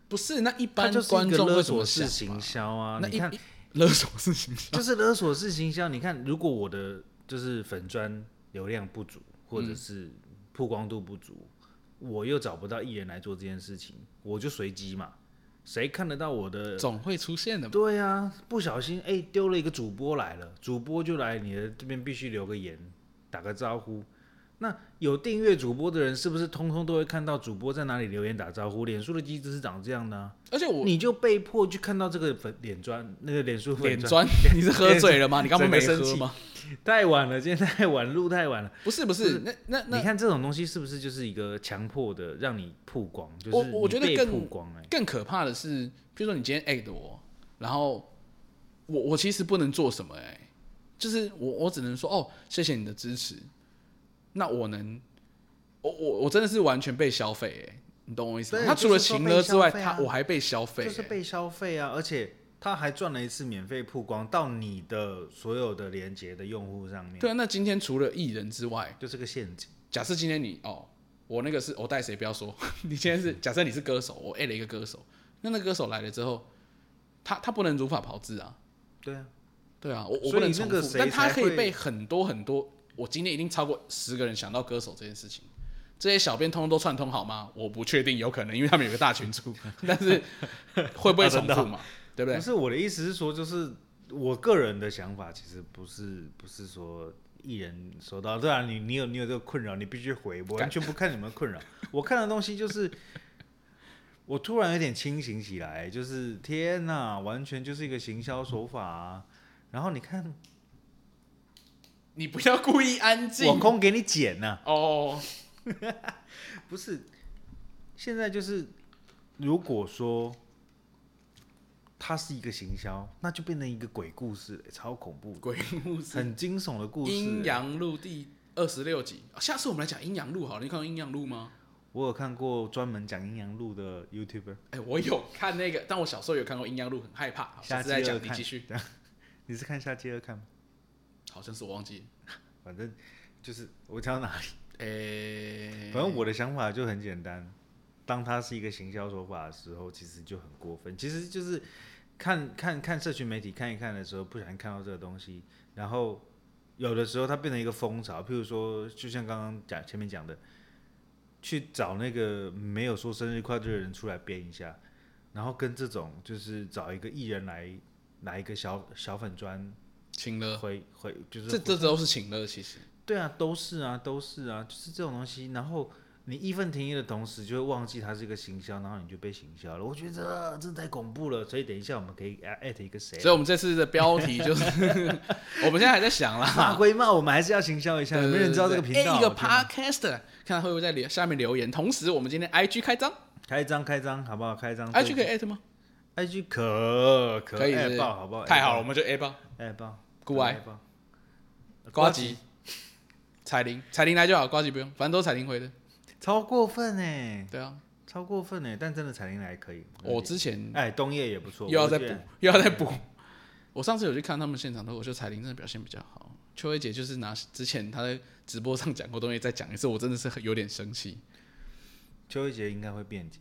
Speaker 1: 不是那一
Speaker 2: 它
Speaker 1: 般
Speaker 2: 就是
Speaker 1: 观
Speaker 2: 一个
Speaker 1: 众
Speaker 2: 勒
Speaker 1: 会怎
Speaker 2: 索
Speaker 1: 么
Speaker 2: 式
Speaker 1: 想
Speaker 2: 行
Speaker 1: 嘛？
Speaker 2: 销啊。
Speaker 1: 那
Speaker 2: 你
Speaker 1: 一
Speaker 2: 看，
Speaker 1: 一勒索式行 销，
Speaker 2: 就是勒索式行销。你看，如果我的就是粉砖流量不足，或者是曝光度不足，我又找不到艺人来做这件事情，我就随机嘛，谁看得到我的
Speaker 1: 总会出现的嘛。
Speaker 2: 对啊，不小心哎丢、了一个主播来了，主播就来你的这边必须留个言，打个招呼。那有订阅主播的人，是不是通通都会看到主播在哪里留言打招呼？脸书的机制是长这样的啊、
Speaker 1: 而且我
Speaker 2: 你就被迫去看到这个粉脸砖，那个脸书粉
Speaker 1: 脸
Speaker 2: 砖
Speaker 1: 砖，你是喝醉了吗？你刚刚没
Speaker 2: 整个
Speaker 1: 喝
Speaker 2: 生气
Speaker 1: 吗？
Speaker 2: 太晚了，今天太晚录太晚了。
Speaker 1: 不是不是，那那
Speaker 2: 你
Speaker 1: 那
Speaker 2: 看这种东西是不是就是一个强迫的让你曝光？就是
Speaker 1: 我我
Speaker 2: 你
Speaker 1: 觉得
Speaker 2: 被
Speaker 1: 更
Speaker 2: 曝光哎、
Speaker 1: 更可怕的是，比如说你今天 at 我，然后我我其实不能做什么哎、就是我我只能说哦，谢谢你的支持。那我能，我我我真的是完全被消费哎、你懂我意思吗？
Speaker 2: 对
Speaker 1: 他除了
Speaker 2: 就是说
Speaker 1: 情
Speaker 2: 被
Speaker 1: 勒之外，
Speaker 2: 消费
Speaker 1: 他
Speaker 2: 啊
Speaker 1: 我还被消费、
Speaker 2: 就是
Speaker 1: 哎
Speaker 2: 被消费啊，而且他还赚了一次免费曝光到你的所有的连接的用户上面，
Speaker 1: 对啊，那今天除了艺人之外，
Speaker 2: 就是个陷阱。
Speaker 1: 假设今天你哦，我那个是我带谁不要说， 你今天是假设你是歌手，我 at 了一个歌手，那那个歌手来了之后，他他不能如法炮制啊，
Speaker 2: 对啊，
Speaker 1: 对啊，我我
Speaker 2: 所
Speaker 1: 不
Speaker 2: 以
Speaker 1: 能
Speaker 2: 那
Speaker 1: 重
Speaker 2: 个
Speaker 1: 复，
Speaker 2: 谁
Speaker 1: 但他
Speaker 2: 才
Speaker 1: 可以
Speaker 2: 会
Speaker 1: 被很多很多，我今天一定超过十个人想到歌手这件事情。这些小编通通都串通好吗？我不确定，有可能，因为他们有个大群组， 但是会不会重复嘛？对不对
Speaker 2: 不？是我的意思是说，就是我个人的想法，其实不是不是说艺人收到，对啊，你你有你有这个困扰，你必须回，我完全不看你们的 困扰，我看的东西就是。我突然有点清醒起来，就是天哪，完全就是一个行销手法啊！然后你看，
Speaker 1: 你不要故意安静
Speaker 2: 我空给你剪啊呐、
Speaker 1: 哦。
Speaker 2: 不是，现在就是如果说它是一个行销，那就变成一个鬼故事了、超恐怖、
Speaker 1: 鬼故事
Speaker 2: 很惊悚的 故事、欸
Speaker 1: 阴阳路第二十六集、啊下次我们来讲阴阳路好了。你看过阴阳路吗？
Speaker 2: 我有看过专门讲阴阳路的 YouTuber，
Speaker 1: 哎、我有看那个，但我小时候有看过阴阳路，很害怕。好，下次
Speaker 2: 下集
Speaker 1: 再
Speaker 2: 二
Speaker 1: 讲，你
Speaker 2: 看
Speaker 1: 继续。
Speaker 2: 你是看下接二看吗？
Speaker 1: 好像是我忘记了。
Speaker 2: 反正就是我讲到哪里，
Speaker 1: 哎、
Speaker 2: 反正我的想法就很简单，当它是一个行销手法的时候，其实就很过分。其实就是看看看社群媒体看一看的时候，不小心看到这个东西，然后有的时候它变成一个风潮，譬如说，就像刚刚讲前面讲的，去找那个没有说生日快乐的人出来编一下，然后跟这种就是找一个艺人来来一个小小粉砖
Speaker 1: 情了。
Speaker 2: 回回就是
Speaker 1: 呃这这都是请了，其实
Speaker 2: 对啊，都是啊，都是啊，就是这种东西。然后你义愤填膺的同时，就会忘记它是一个行销，然后你就被行销了。我觉得呃这太恐怖了，所以等一下我们可以艾艾特一个谁啊
Speaker 1: 所以，我们这次的标题就是， 我们现在还在想
Speaker 2: 法
Speaker 1: 啦。
Speaker 2: 规嘛，我们还是要行销一下。
Speaker 1: 对
Speaker 2: 有没有人知道这个
Speaker 1: 对
Speaker 2: 频
Speaker 1: 对
Speaker 2: 道？
Speaker 1: 哎一个
Speaker 2: 我天哪
Speaker 1: podcast，看他会不会在留下面留言。同时，我们今天 IG 开张
Speaker 2: 开张开张好不好？开张
Speaker 1: ，IG 可以 at 吗？
Speaker 2: IG 可可
Speaker 1: 可以是不
Speaker 2: 艾
Speaker 1: 是
Speaker 2: 爆好不好？
Speaker 1: 太好了，我们就 at 吧。
Speaker 2: 艾爆，
Speaker 1: Good bye
Speaker 2: 艾爆，
Speaker 1: 瓜吉、彩铃、彩铃来就好，瓜吉不用，反正都是彩铃回的。
Speaker 2: 超过分哎，
Speaker 1: 对啊，
Speaker 2: 超过分哎！但真的彩铃来可以。
Speaker 1: 我之前
Speaker 2: 哎，冬叶也不错，
Speaker 1: 又要
Speaker 2: 我
Speaker 1: 再补
Speaker 2: 觉得，
Speaker 1: 又要再补。 我上次有去看他们现场的，我觉得彩铃真的表现比较好。秋薇姐就是拿之前她在直播上讲过东西再讲一次，我真的是很有点生气。
Speaker 2: 邱一杰应该会辩解。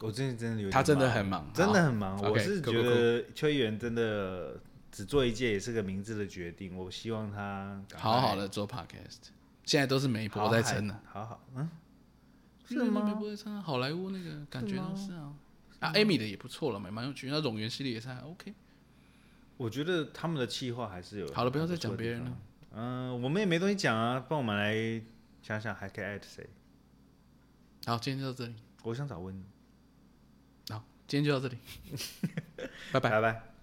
Speaker 2: 我最近真的有点
Speaker 1: 她真的
Speaker 2: 忙
Speaker 1: 很忙，
Speaker 2: 真的很忙。
Speaker 1: OK，
Speaker 2: 我是
Speaker 1: go,
Speaker 2: 觉
Speaker 1: go, go
Speaker 2: 得邱议员真的只做一届也是个明智的决定。我希望他赶快
Speaker 1: 好好的做 podcast，现在都是媒婆在撑啊，
Speaker 2: 好好，嗯，
Speaker 1: 是吗？媒婆在撑啊，好莱坞那个感觉都是啊。啊，Amy 的也不错了嘛，蛮有趣。那冗员系列也是还啊 OK。
Speaker 2: 我觉得他们的计划还是有。
Speaker 1: 好了，不要再讲别人了。。
Speaker 2: 嗯、我们也没东西讲啊，帮我们来想想还可以艾特谁？
Speaker 1: 好，今天就到这里。
Speaker 2: 我想找温，
Speaker 1: 好，今天就到这里，拜拜。
Speaker 2: 拜拜。